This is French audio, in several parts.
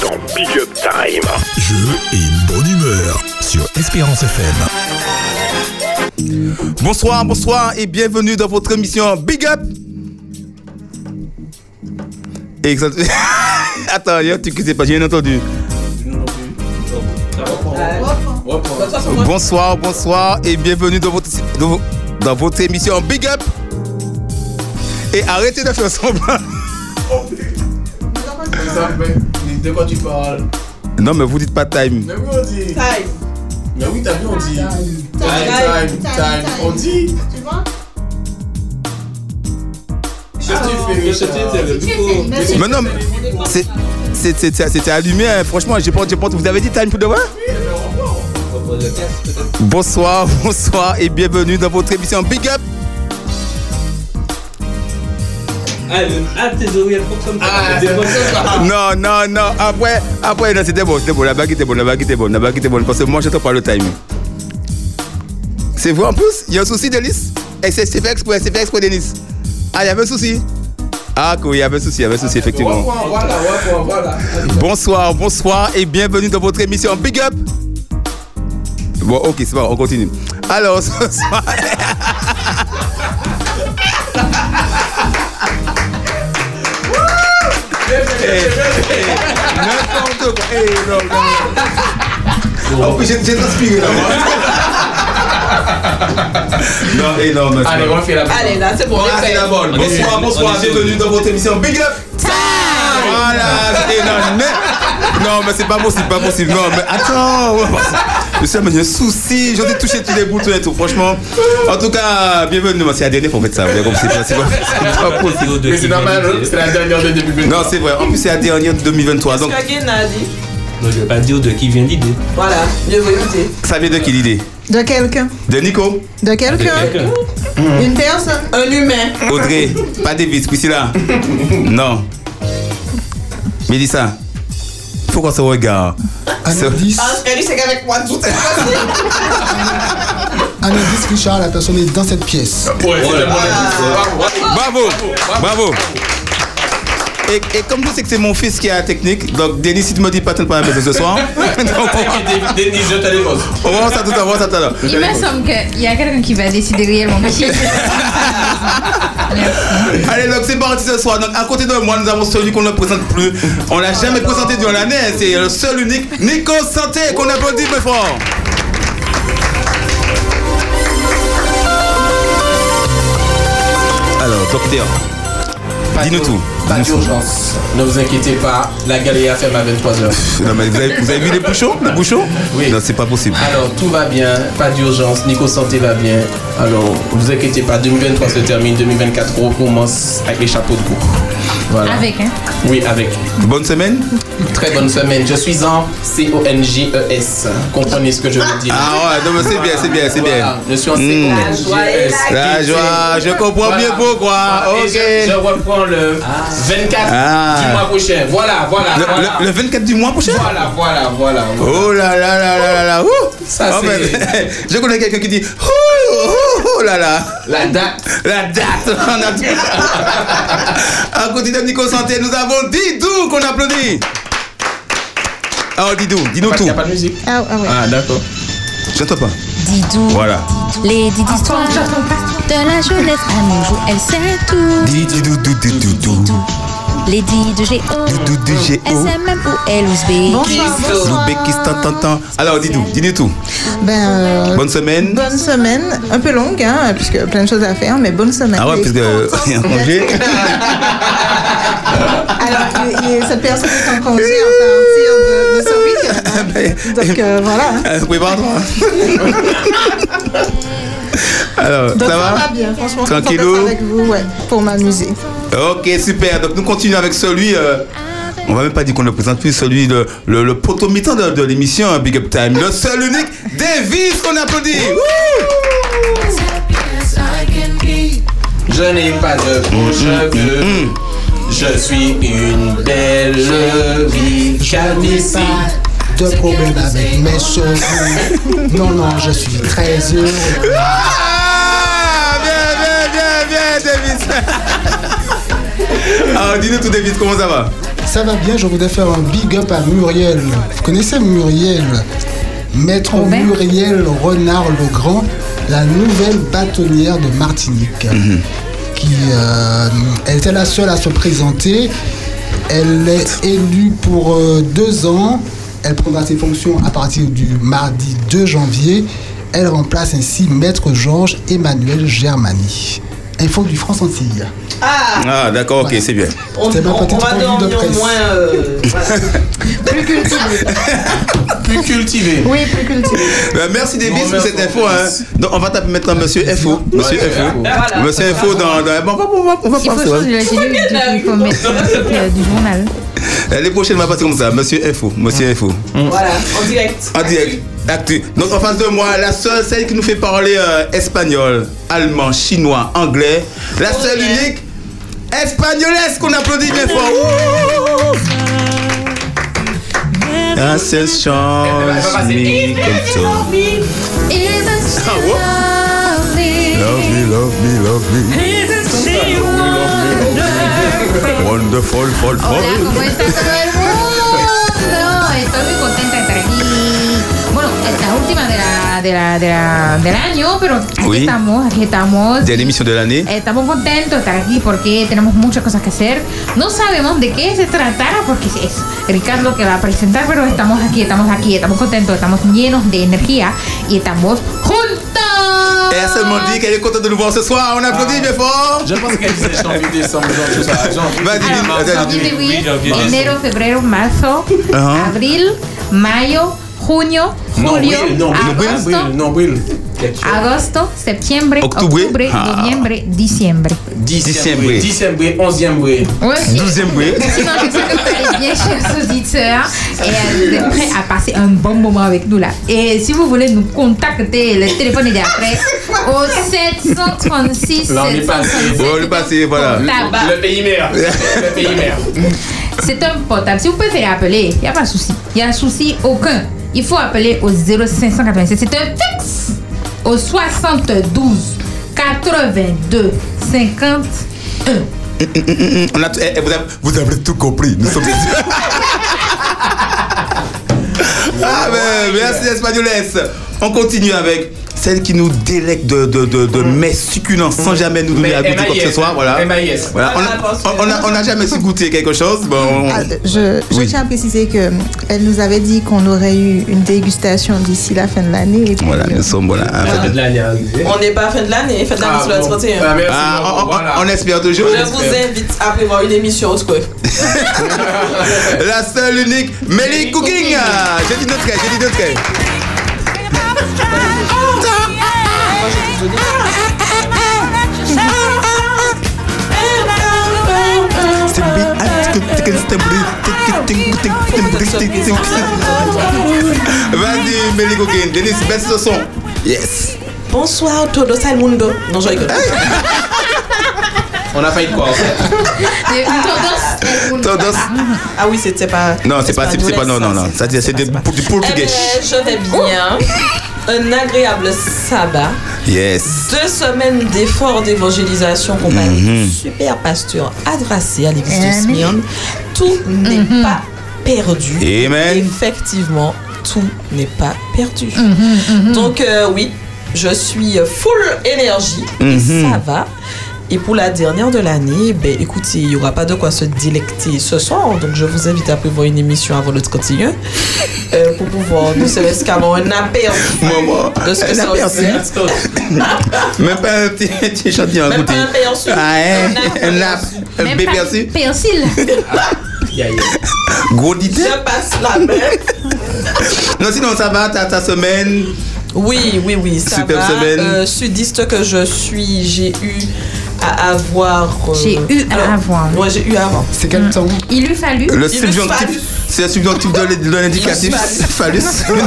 dans Big Up Time. Jeu et bonne humeur sur Espérance FM. Bonsoir, bonsoir et bienvenue dans votre émission Big Up. Exact. Attends, il y a un truc que j'ai pas bien entendu. Bonsoir, bonsoir et bienvenue dans votre, dans- dans votre émission Big Up. Et arrêtez de faire semblant. De quoi tu parles Non, mais vous dites pas time. Mais oui, on dit. Mais oui, t'as vu, on dit. Time, Time, time, time. time. On dit. Tu vois Ah. Mais non, mais c'est- c'est- c'est- c'est- c'était allumé, hein. franchement, j'ai pas, j'ai pas- Vous avez dit time pour de vrai Bonsoir, bonsoir et bienvenue dans votre émission Big Up. Non, non, non, après, après, non, c'était bon, c'était bon, la bague était bonne, la bague était bonne, la bague était bonne, parce que moi, j'entends pas le timing. C'est vrai en plus, il y a un souci, Denis Et c'est c'est fait exprès, c'est fait exprès, Denis. Ah, il y avait un souci Ah, cool, il y avait un souci, il y avait un souci, effectivement. Voilà, voilà, voilà. Bonsoir, bonsoir et bienvenue dans votre émission Big Up. Bon, ok, c'est bon, on continue. Alors, ce soir. Hey, hey, N'importe quoi. Hey, non, non, non. Oh, j'ai j'ai transpiré là. moi. Non, hey, non, non, c'est Allez, pas- on fait la Allez, là, c'est bon, Bon, là, j'ai Ah, c'est fait. la bonne. Bonsoir, bonsoir, bienvenue dans votre émission Big Up Voilà, c'est énorme. Mais- Non, mais c'est pas possible, pas possible. Non, mais attends. Je sais, mais il y a un souci. J'en ai touché tous les boutons et tout, franchement. En tout cas, bienvenue. C'est la dernière fois, en fait, ça. Vous avez compris, c'est pas- c'est pas- c'est pas possible. Mais c'est normal, hein, c'est la dernière de début. Non, c'est vrai. En plus, c'est la dernière de 2023. Bah, Donc, Ce que Guy a dit. Non, je vais pas dire de qui vient l'idée. Voilà, je vais écouter. ça vient de qui l'idée De quelqu'un. De Nico De quelqu'un. Une personne. Un humain. Audrey Pas Davis, Priscilla Non. Mélissa Faut qu'on se regarde. Indice, Annie, c'est qu'avec moi, tout est possible. indice Richard, la personne est dans cette pièce. Ouais, c'est le bon indice. Bravo, bravo. Et, et comme je sais que c'est mon fils qui a la technique, donc Denis, si tu me dis pas, tu ne pas la maison ce soir. Donc, Bravo. Denis, je t'allais on va voir ça tout à l'heure, on va voir ça tout à l'heure. Il me semble qu'il y a quelqu'un qui va décider réellement qui. Allez, donc c'est parti ce soir. Donc à côté de moi, nous avons celui qu'on ne présente plus. On l'a jamais présenté durant l'année. hein. C'est le seul unique Nico Santé qu'on applaudit plus fort. Alors, docteur, dis-nous tout. Pas d'urgence. Ne vous inquiétez pas, la galerie a ferme à 23h. Non, mais vous, avez, vous avez vu les bouchons Les bouchons Oui. Non, c'est pas possible. Alors, tout va bien, pas d'urgence, Nico Santé va bien. Alors, vous inquiétez pas, 2023 se termine, 2024 recommence avec les chapeaux de roue. Voilà. Avec, hein. Oui, avec. Bonne semaine. Très bonne semaine. Je suis en C-O-N-J-E-S. E Comprenez ce que je veux dire. Ah ouais, non mais c'est bien, c'est bien, c'est Voilà, Je bien. suis en Ah, Mm. C-O-N-J-E-S. La joie, je comprends Voilà. mieux pourquoi. Voilà, et Ok. je, je reprends le 24 Ah. du mois prochain. Voilà, voilà, Le, voilà. le- le 24 du mois prochain Voilà, voilà, voilà. Oh là là là là là là. ouh. Ça, En fait, je connais quelqu'un qui dit oh, oh, oh là là. La date. La date. On a tout. à côté de Nico Santé, nous avons Didou qu'on applaudit. Alors Didou, dis-nous Il n'y a tout. pas de musique. Ah, ah ouais. Ah, d'accord. J'entends pas. Didou, Voilà. les dix histoires de la jeunesse à nos jours, elle sait tout. Didou, dou, dou, dou, dou. Les dix de Géo, Didou, dou, j'ai oh. SMM ou elle ouzbé. Bonsoir, bonsoir. L'Ouzbékistan, tan, tan. Alors Didou, dis-nous tout. Ben, euh, Bonne semaine. bonne semaine. Un peu longue, hein, puisque plein de choses à faire, mais bonne semaine. Ah ouais, Et parce que. en congé. Alors, et- et cette personne est en congé hein. à partir de, de Ah ce ben, week-end. hein. Donc, euh, voilà. Euh, Prépare-toi. Alors, Donc, euh, ça va bien, franchement. Tranquillou. contente d'être avec vous, ouais, pour m'amuser. Ok, super. Donc, nous continuons avec celui. euh, on va même pas dire qu'on le présente plus, celui, le, le, le protomitant de, de l'émission hein, Big Up Time. Le seul unique Davis qu'on applaudit. Je n'ai pas de beaux Mm. cheveux. Je suis une belle vie calvitie. Deux problèmes avec mes cheveux. Non, non, je suis très heureux. Ah Bien, bien, bien, bien, Davis. Alors, dis-nous tout, Davis, comment ça va Ça va bien, je voudrais faire un big up à Muriel. Vous connaissez Muriel Maître Robert Muriel Renard le Grand, la nouvelle bâtonnière de Martinique. Qui, euh, elle était la seule à se présenter. Elle est élue pour euh, deux ans. Elle prendra ses fonctions à partir du mardi 2 janvier. Elle remplace ainsi Maître Georges Emmanuel Germani. Info du France Antilles. Ah, Ah, d'accord, ok, c'est bien. on, C'est ma on- on petite va revue de dormir au presse. moins. euh, voilà. Plus cultivé. Oui, plus cultivé. Euh, merci Davis Non, pour cette merci. info. Hein. Donc, on va taper maintenant Monsieur Info. Monsieur Ouais, Info. Voilà. Monsieur Info dans. dans- bon, on va, on va- on va Il faut passer. changer le générique, du coup, il faut mettre le titre euh, du journal. Euh, Les prochaines, on va passer comme ça. Monsieur Info. Monsieur Info. Mm. Voilà, en direct. En direct. Actu. Donc en face de moi, la seule, celle qui nous fait parler euh, espagnol, allemand, chinois, anglais. La seule yeah. unique espagnolaise qu'on applaudit bien fort. Wouhou Ah, c'est change me comme ça. Ah, wow. Love me, love me, love me. Wonderful, fall, Hola, fall. ¿cómo está todo el mundo? Estoy muy contenta de estar aquí. Bueno, es la última de la, de la, de la- del año, pero aquí Oui. estamos, aquí estamos. Dernière émission de l'année. Eh, Estamos contentos de estar aquí porque tenemos muchas cosas que hacer. No sabemos de qué se tratará porque es Ricardo que va a presentar, pero estamos aquí, estamos aquí, estamos contentos, estamos llenos de energía y estamos juntos. Et elle seulement dit qu'elle est contente de nous voir ce soir. On applaudit bien fort. Ah. Je pense qu'elle disait janvier, décembre, genre tout ça. Janvier, Vas-y, décembre, dis-nous, Alors, vas-y, mars, janvier, avril, février, oui, janvier, enero, décembre. febrero, marzo, Ajá. abril, mayo, junio, Non, julio, Will, non, Ah, Will, Will, agosto, non, Will. agosto, septiembre, Octubre. octubre, Ah. noviembre, diciembre. Dixième Dixième Will. Will. Dixième Will, onzième Will. Ouais, c'est- Douzième bruit. Sinon, je sais que vous allez bien, chers auditeurs, et euh, vous êtes prêts à passer un bon moment avec nous là. Et si vous voulez nous contacter, le téléphone est après au 736 Là, on est passé. 736. On est passé, voilà. Portable. Le pays mère. Le pays mère. C'est un portable. Si vous préférez appeler, il n'y a pas de souci. Il n'y a souci aucun. Il faut appeler au 0587. C'est un fixe au 72 82 51. On a tout- eh, eh, vous, avez, vous avez tout compris. Nous sommes ah ben, merci Espagnoles. On continue avec celle qui nous délecte de, de, de, de mets succulents sans jamais nous donner Mm. Mais à goûter quoi que ce MIS, soit. Voilà. MIS. Voilà, On n'a on, on a- on a jamais su goûter quelque chose. Bon, on- Ah, je je Oui. tiens à préciser que elle nous avait dit qu'on aurait eu une dégustation d'ici la fin de l'année. et puis, voilà, euh, nous sommes. Voilà, hein, Fin faites- de l'année arrivée. On n'est pas à la fin de l'année, fin de l'année Ah, sur le bon. 31. Ah, merci, Ah, bon, on, on- voilà. on espère toujours. Je vous invite à prévoir une émission au score. La seule unique Melly Cooking. Ah, J'ai dit notre j'ai dit notre Vas-y, Melly Cooking. Denis, baisse le son. Yes. Bonsoir, todo el mundo. Non, je rigole. On a failli quoi en fait Todos. Ah oui, c'était pas. Non, c'est pas, c'est c'est pas, non, non, non. Ça, c'est c'est des- du Eh portugais. ben, je vais bien. Un agréable sabbat. Yes. Mhm. Deux semaines d'efforts d'évangélisation compagnie du super pasteur adressé à l'église de Smyrne. Tout n'est pas perdu. Amen. Effectivement, tout n'est pas perdu. Donc euh, oui, je suis full énergie et Mhm. ça va. Et pour la dernière de l'année, ben écoutez, il n'y aura pas de quoi se délecter ce soir. Donc je vous invite à prévoir une émission avant le 31 euh, pour pouvoir ne serait-ce qu'avoir un aperçu Maman, de ce que un ça aperçu. veut dire. Même pas un petit un petit échantillon à Même goûter. pas un aperçu. Ah, hein, Un un aperçu. ap- un aperçu. Persil. Yeah, yeah. Gros dité. Je passe la main. Non, sinon, ça va, ta, ta semaine. Oui, oui, oui, ça Superbe va. semaine. Euh, sudiste que je suis, j'ai eu à avoir. euh, J'ai eu à avoir. Ouais, j'ai eu à avoir. C'est quel temps Il lui fallut. Le Il subjonctif. le phallus. C'est le subjonctif de l'in- de l'indicatif. Le Phallus.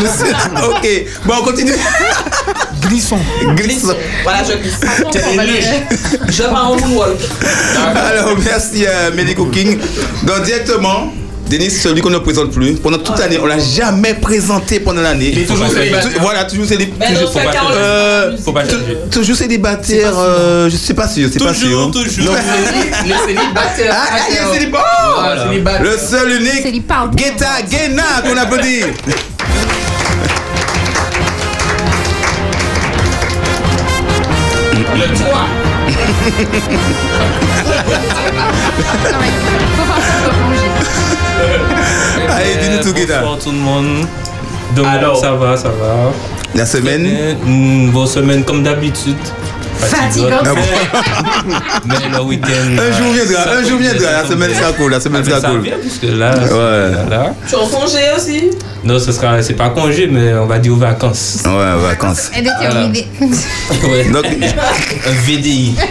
ok. Bon, on continue. Glissons. Glisse. Voilà, je Ah, glisse. Je pars en football. Alors, merci, euh, Melly Cooking. Donc, directement, Denis, celui qu'on ne présente plus, pendant toute l'année, on l'a jamais présenté pendant l'année. Il est toujours Tout- célibataire. Voilà, toujours Mais célibataire. non, Toujours ça, Caroline, Euh, faut pas tou- changer. Toujours célibataire, euh, je sais pas sûr, c'est pas sûr. Non. Le célibataire. Ah, il est célibataire. Voilà. Célibataire. Le seul unique Guetta Guena qu'on applaudit. Le toit. Allez, Ah, dis-nous tout, Guetta. Bonsoir tout le monde. Donc, ça va, ça va. mm, La semaine Vos semaines comme d'habitude. Fatigante. Ah bon Mais le week-end. euh, Un jour viendra, un jour viendra, la semaine sera cool, la Ah, semaine sera cool. Parce que là, ouais. là. Tu es en congé aussi Non, ce sera, c'est pas congé, mais on va dire aux vacances. Ouais, vacances. Elle était Voilà. idée. Ouais. Donc- un VDI.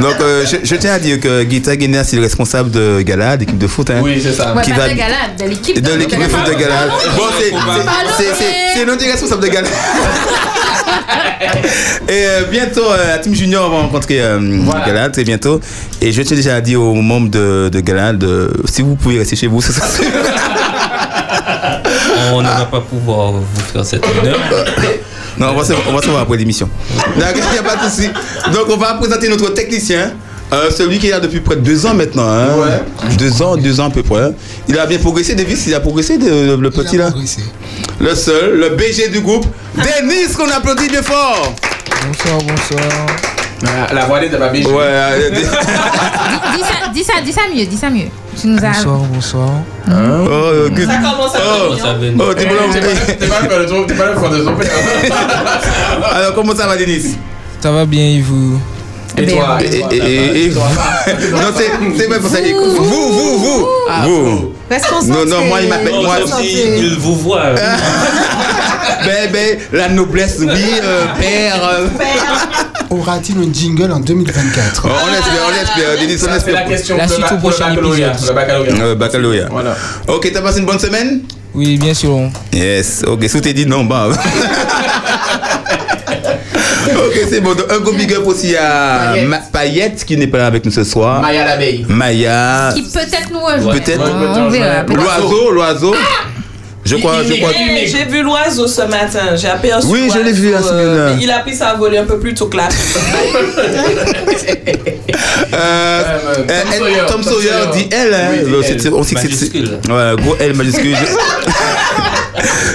Donc, euh, je, je tiens à dire que Guetta Guena, c'est le responsable de Galade, équipe de foot. Hein, oui, c'est Ouais, ça. pas de galade, de l'équipe de l'équipe de foot de Galade. Ah, Bon, c'est- c'est- c'est- c'est- c'est l'un des responsables de Galade. Et euh, bientôt, euh, la team junior va rencontrer euh, Galade, très bientôt. Et je tiens déjà à dire aux membres de, de Galade, euh, si vous pouvez rester chez vous, ce sera Ah. On ne va pas pouvoir vous faire cette honneur. Non, on va se, on va se voir après l'émission. D'accord, il n'y a pas de souci. Donc, on va présenter notre technicien. euh, celui qui est là depuis près de deux ans maintenant. hein. Deux ans, deux ans à peu près. hein. Il a bien progressé, Davis. Il a progressé, de- le petit là. Le seul, le BG du groupe, Denis, qu'on applaudit de fort. Bonsoir, bonsoir. Ah, La voix de ma biche. Ouais, euh, d- Dis ça, dis ça, dis ça mieux, dis ça mieux. Tu nous as. bonsoir. Oh, good. Ça commence à Oh, devenir. oh, t'es bon, là, Hein? Eh, T'es on- pas- t'es pas le faire de trop, t'es pas le faire de trop. Alors, comment ça va, Denis Ça va bien et vous Et toi Et- et- et- et- Non, c'est c'est même pour ça. Vous, vous, vous, vous. vous. Non, non, moi, il m'appelle. Moi, il vous voit. Ben, ben, la noblesse, oui, euh, père. euh, Aura-t-il un jingle en 2024 Oh, on espère, on espère, Denis, on Ça, c'est espère. la question pour le bac- pour le baccalauréat. Le baccalauréat. Euh, baccalauréat. Voilà. Ok, t'as passé une bonne semaine Oui, bien sûr. Yes, ok, sous t'es dit non, bah. ok, c'est bon. Donc, un gros big up aussi à Payette. Ma- Payette qui n'est pas là avec nous ce soir. Maya l'abeille. Maya. Qui peut-être nous rejoint. Peut-être. On verra. peut-être. L'oiseau, l'oiseau. Je crois, je crois. euh, Eh, J'ai vu l'oiseau ce matin. J'ai aperçu. Oui, je l'ai l'oiseau, vu, la euh, semaine. mais il a pris sa volée un peu plus tôt que la. Euh, euh, Tom euh, elle- Sawyer. Tom Tom Sawyer Sawyer. dit elle. hein. Oui, dit Donc, c'est- elle. c'est- On sait que c'est- c'est. Majuscule. Voilà, gros L Bah, majuscule.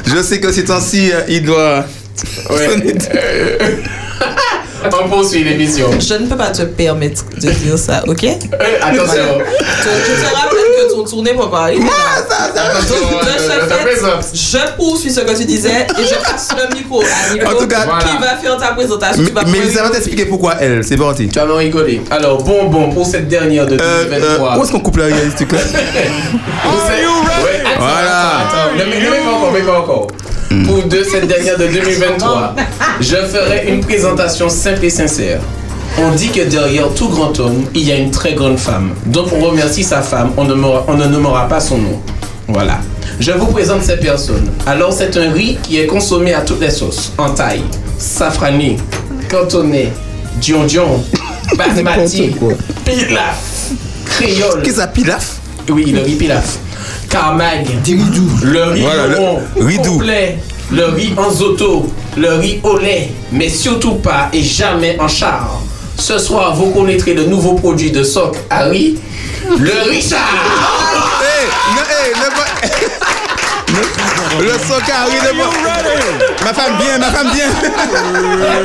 Je- Je sais que ces temps-ci, euh, il doit. Ouais. On poursuit l'émission. Je ne peux pas te permettre de dire ça, ok Je Euh, Attention. je te rappelle que ton tournée pour Paris. Ah, Attention. Donc, de euh, ce ta fait, présence. je poursuis ce que tu disais et je passe le micro à Nico En tout cas- qui Voilà. va faire ta présentation. Mais, Tu vas mais ça va prendre- t'expliquer pourquoi elle. C'est parti. Tu vas m'en rigoler. Alors, bonbon pour cette dernière de Euh, euh, 2023. où est-ce qu'on coupe la réalité truc là Ouais, attends, Voilà. attends, attends. Ne mets ne mets pas encore, ne mets pas encore. Pour deux, cette dernière de 2023, je ferai une présentation simple et sincère. On dit que derrière tout grand homme, il y a une très grande femme. Donc on remercie sa femme, on ne nommera, on ne nommera pas son nom. Voilà. Je vous présente ces personnes. Alors c'est un riz qui est consommé à toutes les sauces. Entaille, safrané, cantonais, dion-dion, basmati, pilaf, créole. Qu'est-ce que ça, pilaf Oui, le riz pilaf. Carmagne. Diridou. Le riz Voilà, le rond, riz doux. complet. Le riz en zoto. Le riz au lait. Mais surtout pas et jamais en char. Ce soir, vous connaîtrez le nouveau produit de Soc à riz. Le Richard. Eh, non, eh, ne pas. Le le son carré de moi. Ma femme bien, ma femme bien.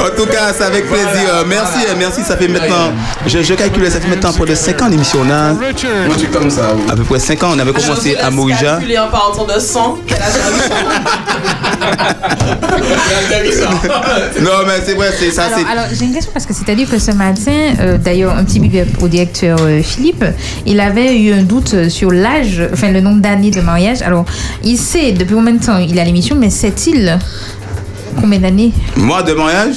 en tout cas, c'est avec plaisir. Euh, merci, euh, merci. Ça fait maintenant, je, je calcule, ça fait maintenant près de 5 ans l'émission. On a Moi, tu comme ça, oui. à peu près 5 ans. On avait Je vous commencé laisse à Morija. calculer en partant de 100 qu'elle a jamais- Le Richard. Non, mais c'est vrai, c'est ça. Alors, c'est... alors, j'ai une question parce que c'est-à-dire que ce matin, euh, d'ailleurs, un petit big up au directeur euh, Philippe, il avait eu un doute sur l'âge, enfin le nombre d'années de mariage. Alors, il sait depuis combien de temps il a l'émission, mais sait-il combien d'années Moi, de mariage,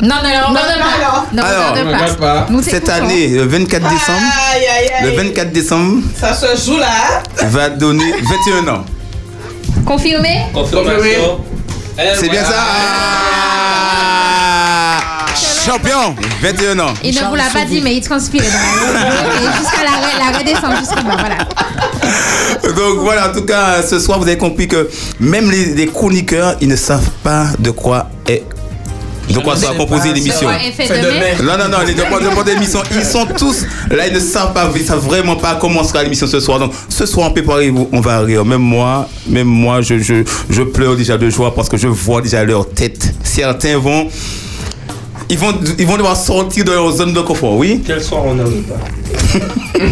Non, non, non, non, non, non, Alors, non, on regarde pas. Nous cette t'écoutons. année, le 24 décembre, Aïe, aïe, le aïe. 24 décembre Ah, Ça se joue là. hein. va donner 21 ans. Confirmé Confirmation. Confirmé. Eh, C'est bien voilà. ça Ah Champion, 21 ans. Il ne vous l'a pas dit, mais il transpire dans la rue. Et jusqu'à la, la redescente, jusqu'en bas, voilà. Donc voilà, en tout cas, ce soir, vous avez compris que même les, les chroniqueurs, ils ne savent pas de quoi est. De quoi sera composée l'émission Ouais, effet de mer. Non, non, non, les deux de l'émission, ils sont tous là, ils ne savent pas, ils savent vraiment pas comment sera l'émission ce soir. Donc ce soir, préparez-vous, on va rire. Même moi, même moi, je, je, je pleure déjà de joie parce que je vois déjà leur tête. Certains vont. Ils vont, ils vont devoir sortir de leur zone de confort, oui Quel soir on a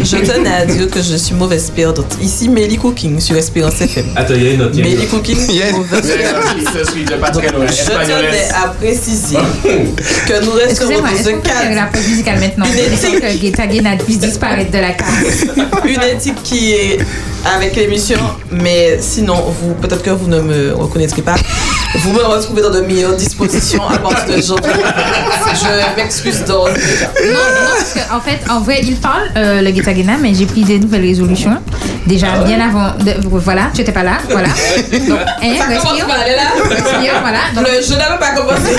Je tenais à dire que je suis mauvaise perdante. Ici, Melly Cooking sur Espérance FM. Attends, il y a une autre. il y a une Melly autre. Cooking, mauvaise perdante. Je suis de pas très loin. Je tenais à préciser que nous resterons Excusez-moi, est-ce dans un qu'on peut faire la pause musicale maintenant Il est Je sens que Guetta Guéna puisse disparaître de la carte. cadre, une éthique qui est avec l'émission, mais sinon, vous peut-être que vous ne me reconnaîtrez pas. Vous me retrouvez dans de meilleures dispositions à partir de janvier. Je m'excuse d'ores et déjà. Non, non, parce qu'en fait, en vrai, il parle, euh, le Guetta Guéna, mais j'ai pris des nouvelles résolutions. Ah Déjà, bien avant. de- euh, voilà, tu n'étais pas là, voilà. Donc, hein, Ça commence respire. par aller là. Respire, voilà. Donc, Le jeu n'avait pas commencé.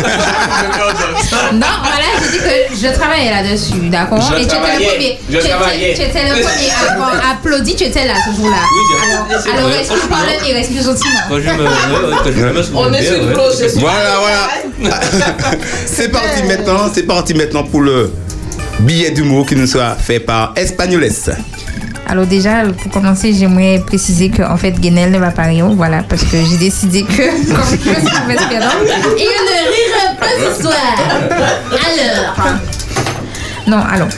Non, voilà, j'ai dit que je travaillais là-dessus, d'accord Je Et tu étais le travaillais, premier. je Tu étais- travaillais. Tu étais le premier à avoir applaudi, tu étais là ce jour-là. Alors, c'est alors vrai. respire par le nez, respire aussi, non Quand je me- ouais, ouais, quand je me souviens On est bien, sur une ouais. cloche, je suis- Voilà, voilà. c'est parti maintenant, c'est parti maintenant pour le billet d'humour qui nous sera fait par Espagnoles. Alors déjà, pour commencer, j'aimerais préciser que en fait, Guenel ne va pas rire, voilà, parce que j'ai décidé que, comme je suis mauvaise perdante, il ne rira pas ce soir. Alors, non, alors,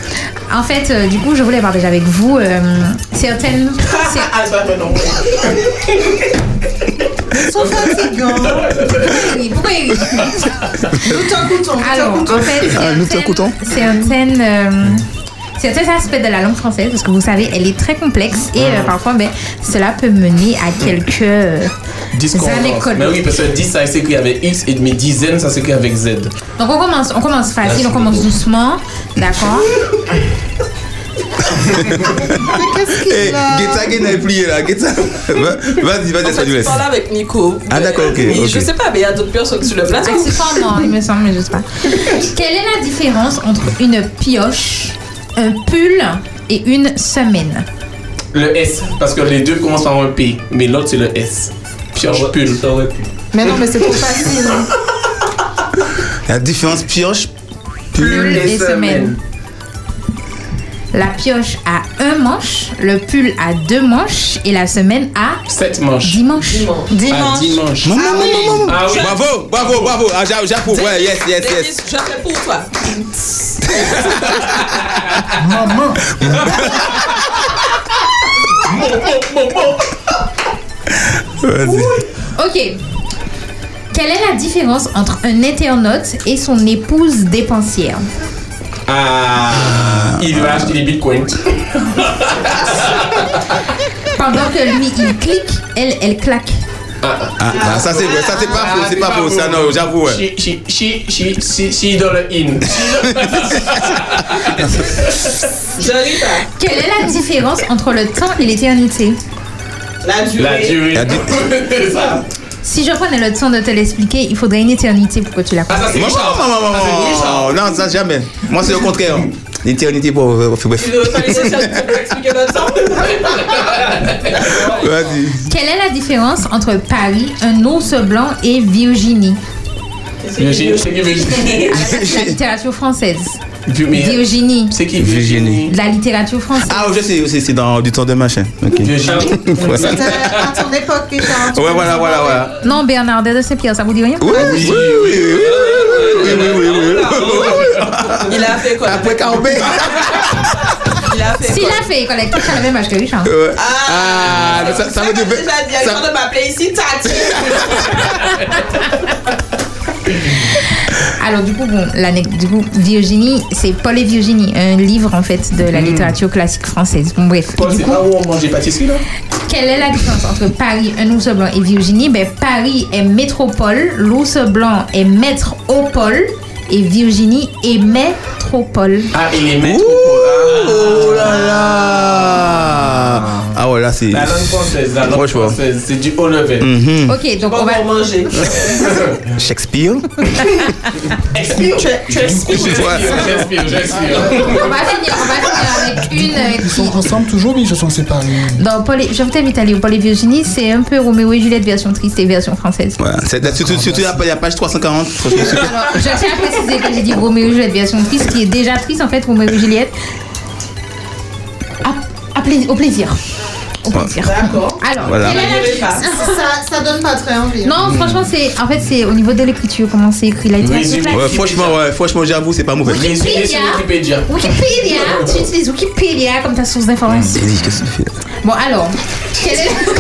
en fait, euh, du coup, je voulais partager avec vous euh, certaines, cer- Ah, ça, non. Son fatigant. Pourquoi il rit Nous t'écoutons. Alors, en fait, Ah, certaines, certaines, euh, certains aspects de la langue française, parce que vous savez, elle est très complexe et euh, parfois, ben, cela peut mener à quelques euh, anécotes. Mais oui, parce que 10, ça s'écrit avec X et demi dizaine, ça s'écrit avec Z. Donc on commence, on commence facile, on commence doucement, d'accord Et Eh, Guetta Guetta est plié là, Guetta. Va- Vas-y, vas-y, Je Espagnoles. parle avec Nico. Ah, d'accord, ok, Et ok. Je sais pas, mais il y a d'autres personnes sur le plateau. Accessoirement, il me semble, mais je sais Ah, pas. Quelle est la différence entre une pioche, un pull et une semaine Le S, parce que les deux commencent par un P, mais l'autre c'est le S. Pioche pull. Mais non, mais c'est trop facile. La différence pioche. Pull et semaine. La pioche a un manche, le pull a deux manches et la semaine a sept manches. Dix manches. Ah, dimanche. Non, non, non, non, non. Ah oui. Bravo, bravo, bravo. Ah, j'a- J'approuve. Ouais, yes, yes, yes. Je fais pour toi. Maman. Vas-y. Ok. Quelle est la différence entre un internaute et son épouse dépensière Euh, Ah, il veut acheter des bitcoins. Pendant que lui, il clique, elle, elle claque. Ah, ah, ça c'est vrai, ça c'est pas faux, c'est pas faux, ça non, j'avoue. ouais. She, she, she, she, she, she dans le in. J'arrive pas. Quelle est la différence entre le temps et l'éternité La durée. La durée. C'est ça. Si je prenais le temps de te l'expliquer, il faudrait une éternité pour que tu la comprennes. Maman, maman, maman. Non, ça jamais. Moi c'est au contraire. L'éternité pour. euh, bref. Tu ne veux pas laisser ça pour expliquer le temps Vas-y. Quelle est la différence entre Paris, un ours blanc et Virginie Virginie, c'est qui Virginie De la littérature française. Vu- mais- Virginie. C'est qui Virginie De la littérature française. Ah, je sais, je sais, c'est dans du temps de machin. Ok. Voilà. À ton époque, Richard. Ouais, voilà, voilà, voilà. Non, Bernardet de Saint-Pierre, ça vous dit rien Oui, oui, oui, oui, oui, oui, oui, oui, oui, Il a fait quoi Après Carambé. Il a fait S'il quoi a fait école avec toi, t'as le même âge que Richard. Ouais. Ah, mais ça, ça veut dire. Déjà dit, ça- avant de m'appeler ici, Tati. Alors du coup, bon, l'anecdote, du coup, Virginie, c'est Paul et Virginie, un livre en fait de la littérature classique française. Bon bref. Paul, Et du c'est coup, pas où on mange des pâtisseries là quelle est la différence entre Paris, un ours blanc et Virginie Ben Paris est métropole, l'ours blanc est métropole et Virginie est métropole. Ah, il est maître. Ouh là là. Ah ouais, là, c'est. La langue française, la langue Franchement. française, c'est du haut level. Mhm. Ok, donc on va manger. Shakespeare. Expire, tu es- tu expires. J'inspire, j'inspire. On va finir, on va finir avec une euh, Ils qui. sont ensemble toujours, mais ils se sont séparés. Dans Paul et- je vous invite à aller au Paul et Virginie, c'est un peu Roméo et Juliette version triste et version française. Ouais, c'est- Surtout surtout la la page 340. franchement, c'est- Alors, je tiens à préciser que j'ai dit Roméo et Juliette version triste, qui est déjà triste en fait, Roméo et Juliette. À- à plais- au plaisir. Au plaisir. D'accord. Alors, Voilà. quelle est la- Ça, ça donne pas très envie. hein. Non, franchement, c'est en fait c'est au niveau de l'écriture comment c'est écrit. La littérature Ouais, classique. franchement, ouais, franchement, j'avoue, c'est pas mauvais. Résumé sur Wikipédia. Wikipédia, tu utilises Wikipédia comme ta source d'information. Qu'est-ce que tu fais Bon alors, quelle est On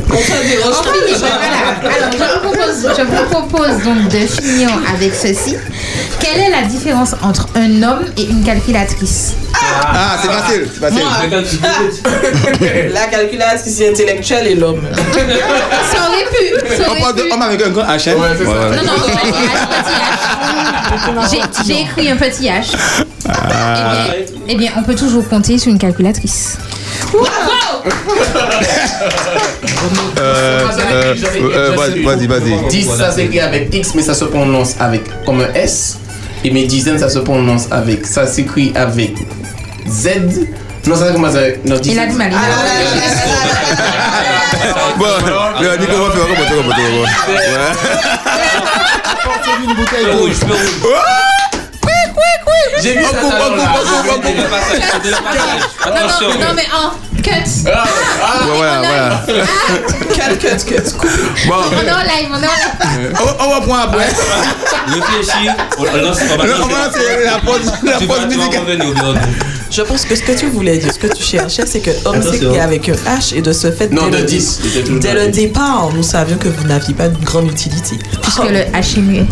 finit, voilà. Alors, je vous, propose, je vous propose donc de finir avec ceci. Quelle est la différence entre un homme et une calculatrice Ah, c'est facile, c'est facile. La calculatrice intellectuelle et l'homme. Ça aurait pu. ça On aurait parle de pu. homme avec un grand H. hein Ouais, ouais. Non, non, non, non, j'ai j'ai écrit un petit H. Ah. Eh bien, on peut toujours compter sur une calculatrice. Euh, euh, euh, vas-y, vas-y, vas-y. 10, ça s'écrit avec X, mais ça se prononce avec comme un S. Et mes dizaines, ça se prononce avec. Ça s'écrit avec Z. Non, ça commence avec. Non, Ah, Il a dit Malina. Ah, Bon, le Nico va faire remonter, remonter, remonter. Apportez-lui une bouteille d'eau. J'ai vu ça. On coupe, on coupe, on coupe, on coupe. Non, non, mais en cut. Ah, Bon, Voilà, voilà. Cut, cut, cut. coupe. Bon, Ah. On est en live, on est en live. on on va prendre après. Réfléchis. On on lance on va Là, On lancer. va lancer la pause la Tu vas- pause tu vas musicale. revenir au bureau. Je pense que ce que tu voulais dire, ce que tu cherchais, Ah, c'est que homme Attention. s'écrit avec un H et de ce fait. Non, dès de le- 10. Dès le départ, nous savions que vous n'aviez pas une grande utilité. Puisque le H est muet.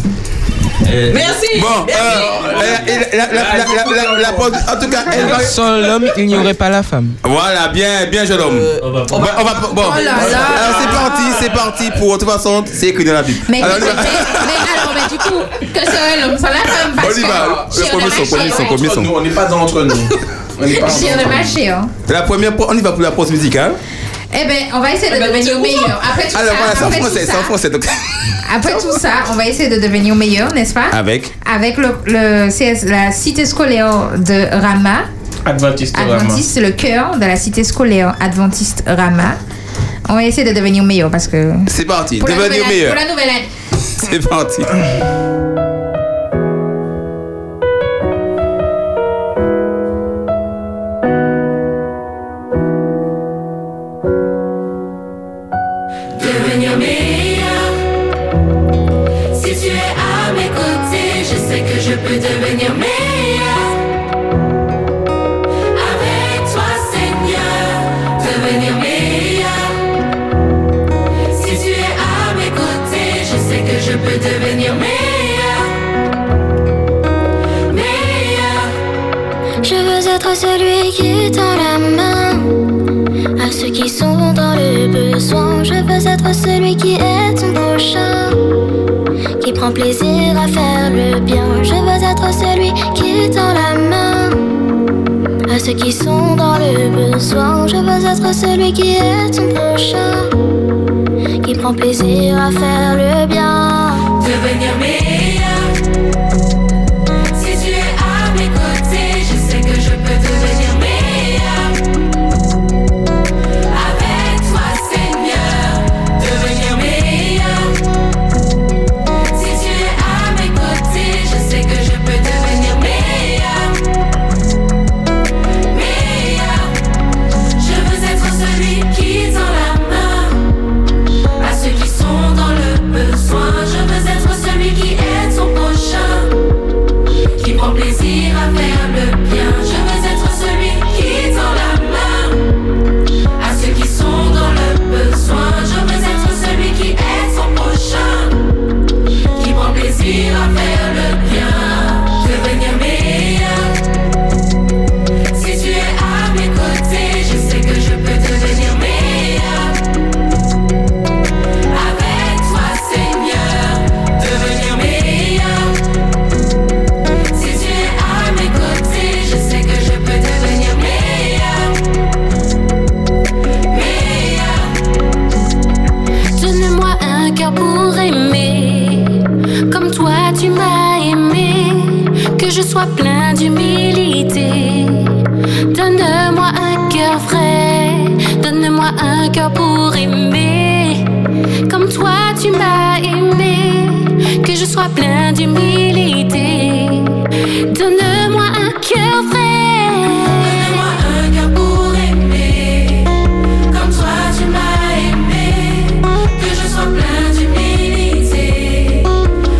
Merci. Bon, euh, la- la- la- la- la- la- la pause, en tout cas, elle va. Sans l'homme, il n'y aurait pas la femme. Voilà, bien, bien, jeune homme. On va On va, on va, bon. Alors, c'est parti, c'est parti. Pour de toute façon, c'est écrit dans la Bible. Eh, Mais, Alors, on y mais, va. mais alors, mais du coup, que serait l'homme sans la femme parce On y que- va. Le Chien premier de son, premier son, machère. premier Nous, son. on n'est pas dans entre nous. On n'est pas Chien de entre nous. machère. La première, on y va pour la pause musicale. hein. Eh ben, on va essayer de devenir meilleur. Après tout Alors ça, voilà, c'est en après tout français, ça- c'est en français. Donc, après tout ça, on va essayer de devenir meilleur, n'est-ce pas Ah. avec. Avec le, le CS, la cité scolaire de Rama, Adventiste. Adventiste, le cœur de la cité scolaire Adventiste Rama. On va essayer de devenir meilleur parce que. C'est parti, Pour la nouvelle devenir année- meilleur. Pour la nouvelle année. C'est parti. devenir meilleur. Si tu es à mes côtés, je sais que je peux devenir meilleur. Avec toi, Seigneur, devenir meilleur. Si tu es à mes côtés, je sais que je peux devenir meilleur. Meilleur. Je veux être celui qui tend la main à ceux qui sont dans le besoin. Je veux être celui qui est ton prochain, qui prend plaisir à faire le bien. Je veux être celui qui tend la main à ceux qui sont dans le besoin. Je veux être celui qui est ton prochain, qui prend plaisir à faire le bien. devenir meilleur. Si tu es à mes côtés, je sais que je peux devenir meilleur. Avec toi, Seigneur, devenir meilleur. Si tu es à mes côtés, je sais que je peux devenir meilleur. Meilleur. Je veux être celui qui tend la main à ceux qui sont dans le besoin. Je veux être celui qui est sois plein d'humilité. Donne-moi un cœur vrai, donne-moi un cœur pour aimer. Comme toi tu m'as aimé, que je sois plein d'humilité. Donne-moi un cœur Donne-moi un cœur pour aimer, comme toi tu m'as aimé, que je sois plein d'humilité.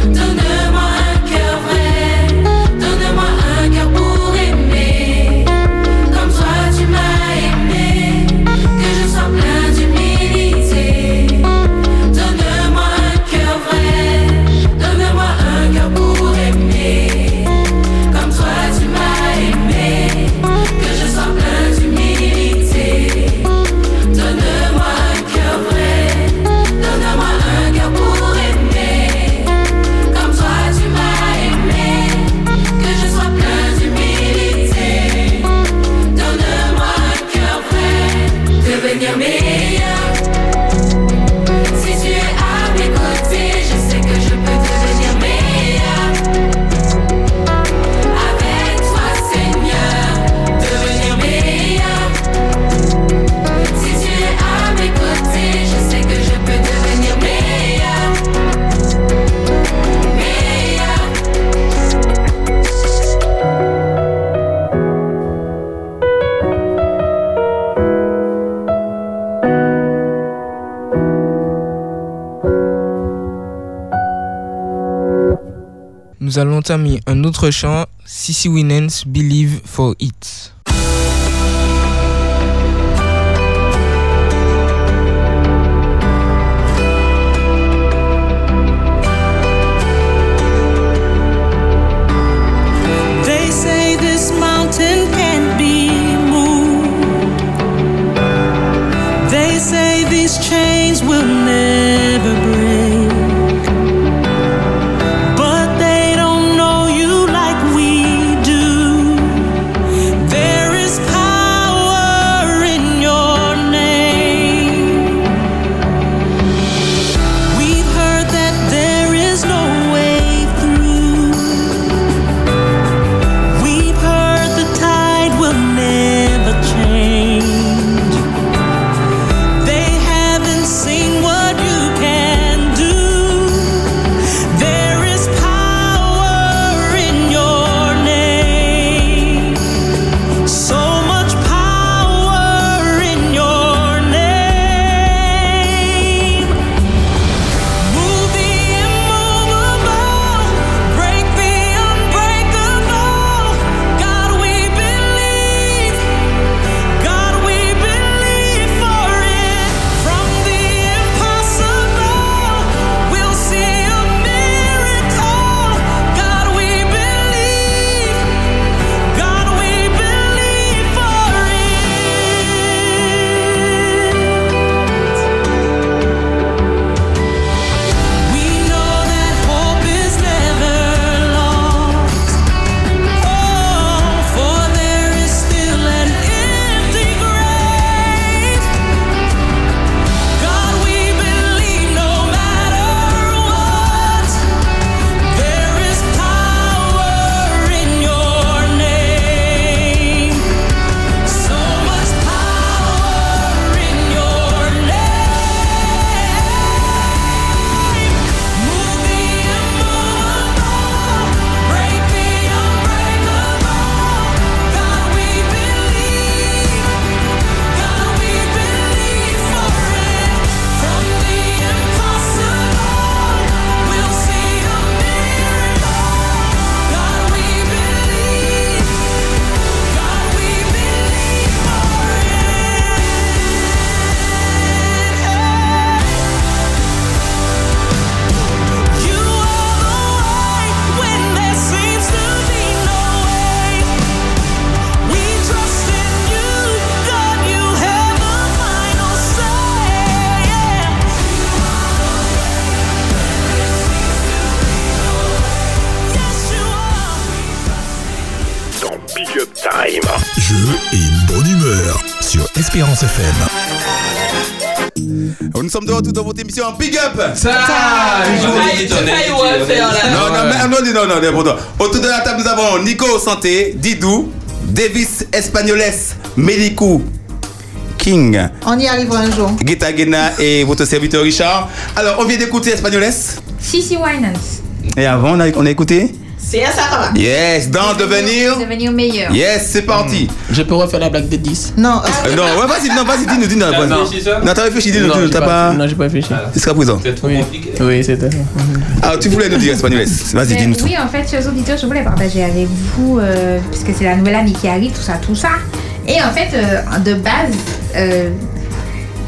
Donne-moi un cœur vrai, donne-moi un cœur pour aimer, comme toi tu m'as aimé, que je sois plein d'humilité. Donne-moi un cœur vrai, donne-moi un cœur pour aimer. Comme toi tu m'as aimé, que je sois plein d'humilité. Donne-moi un cœur vrai, donne-moi un cœur pour aimer. Comme toi tu m'as aimé, que je sois plein d'humilité. Donne-moi un cœur vrai, devenir meilleur. Si tu es à mes côtés, je sais que je peux devenir meilleur. Avec toi, Seigneur, devenir meilleur. Si tu es à mes côtés, je sais que je peux devenir meilleur. Meilleur. Nous allons entamer un autre chant, Sissy Winans, Believe for It. They say this mountain can't be moved. They say these chains will never break. But they don't know you like we do. There is power in your name. We've heard that there is no way through. We've heard the tide will never change. They haven't seen what you can do. There is power in your name. So much power in your name. Move the immovable, break the unbreakable. God, we believe. God, we believe for it. From the impossible, we'll see a miracle. God, we believe. God, we believe for it. We know that hope is never lost. Oh, for there is still an empty grave. God, we believe no matter what. There is power in your name. So much power in your name. Move the immovable, break the unbreakable. God, we believe. God, we believe for it. From the impossible, we'll see a miracle. God, we believe. God, we believe for it. You are the way when there seems to be no way. We trust in you, God. You have the final say. Dans Big Up Time. Jeu et bonne humeur sur Espérance FM. Nous sommes de retour dans votre émission en Big Up. Ça, toujours j'ai failli- j'ai les failli étonnés. refaire, là. Non, non, Ouais. mais non, non, non, non, pardon. Autour de la table, nous avons Nico Santé, Didou, Davis Espagnoles, Mélicou, King, On y arrivera un jour. Guetta Guena et votre serviteur Richard. Alors, on vient d'écouter Espagnoles. Sissi Winans. Et avant, on a, on a écouté C'est ça, ça va. Yes, dans Devenir. Devenir meilleur. Yes, c'est parti. Euh, Je peux refaire la blague des 10 Non. non, ouais, vas-y, non, vas-y, dis-nous, dis-nous. T'as vas-y. réfléchi, ça Non, t'as réfléchi, dis-nous, Non, dis-nous, j'ai t'as pas- pas. non, j'ai pas réfléchi. Jusqu'à présent. Oui, oui c'était ça. Ah, tu voulais nous dire Espagnoles. Vas-y, Mais dis-nous tout. Euh, oui, en fait, chers auditeurs, je voulais partager avec vous, euh, puisque c'est la nouvelle année qui arrive, tout ça, tout ça. Et en fait, euh, de base, euh,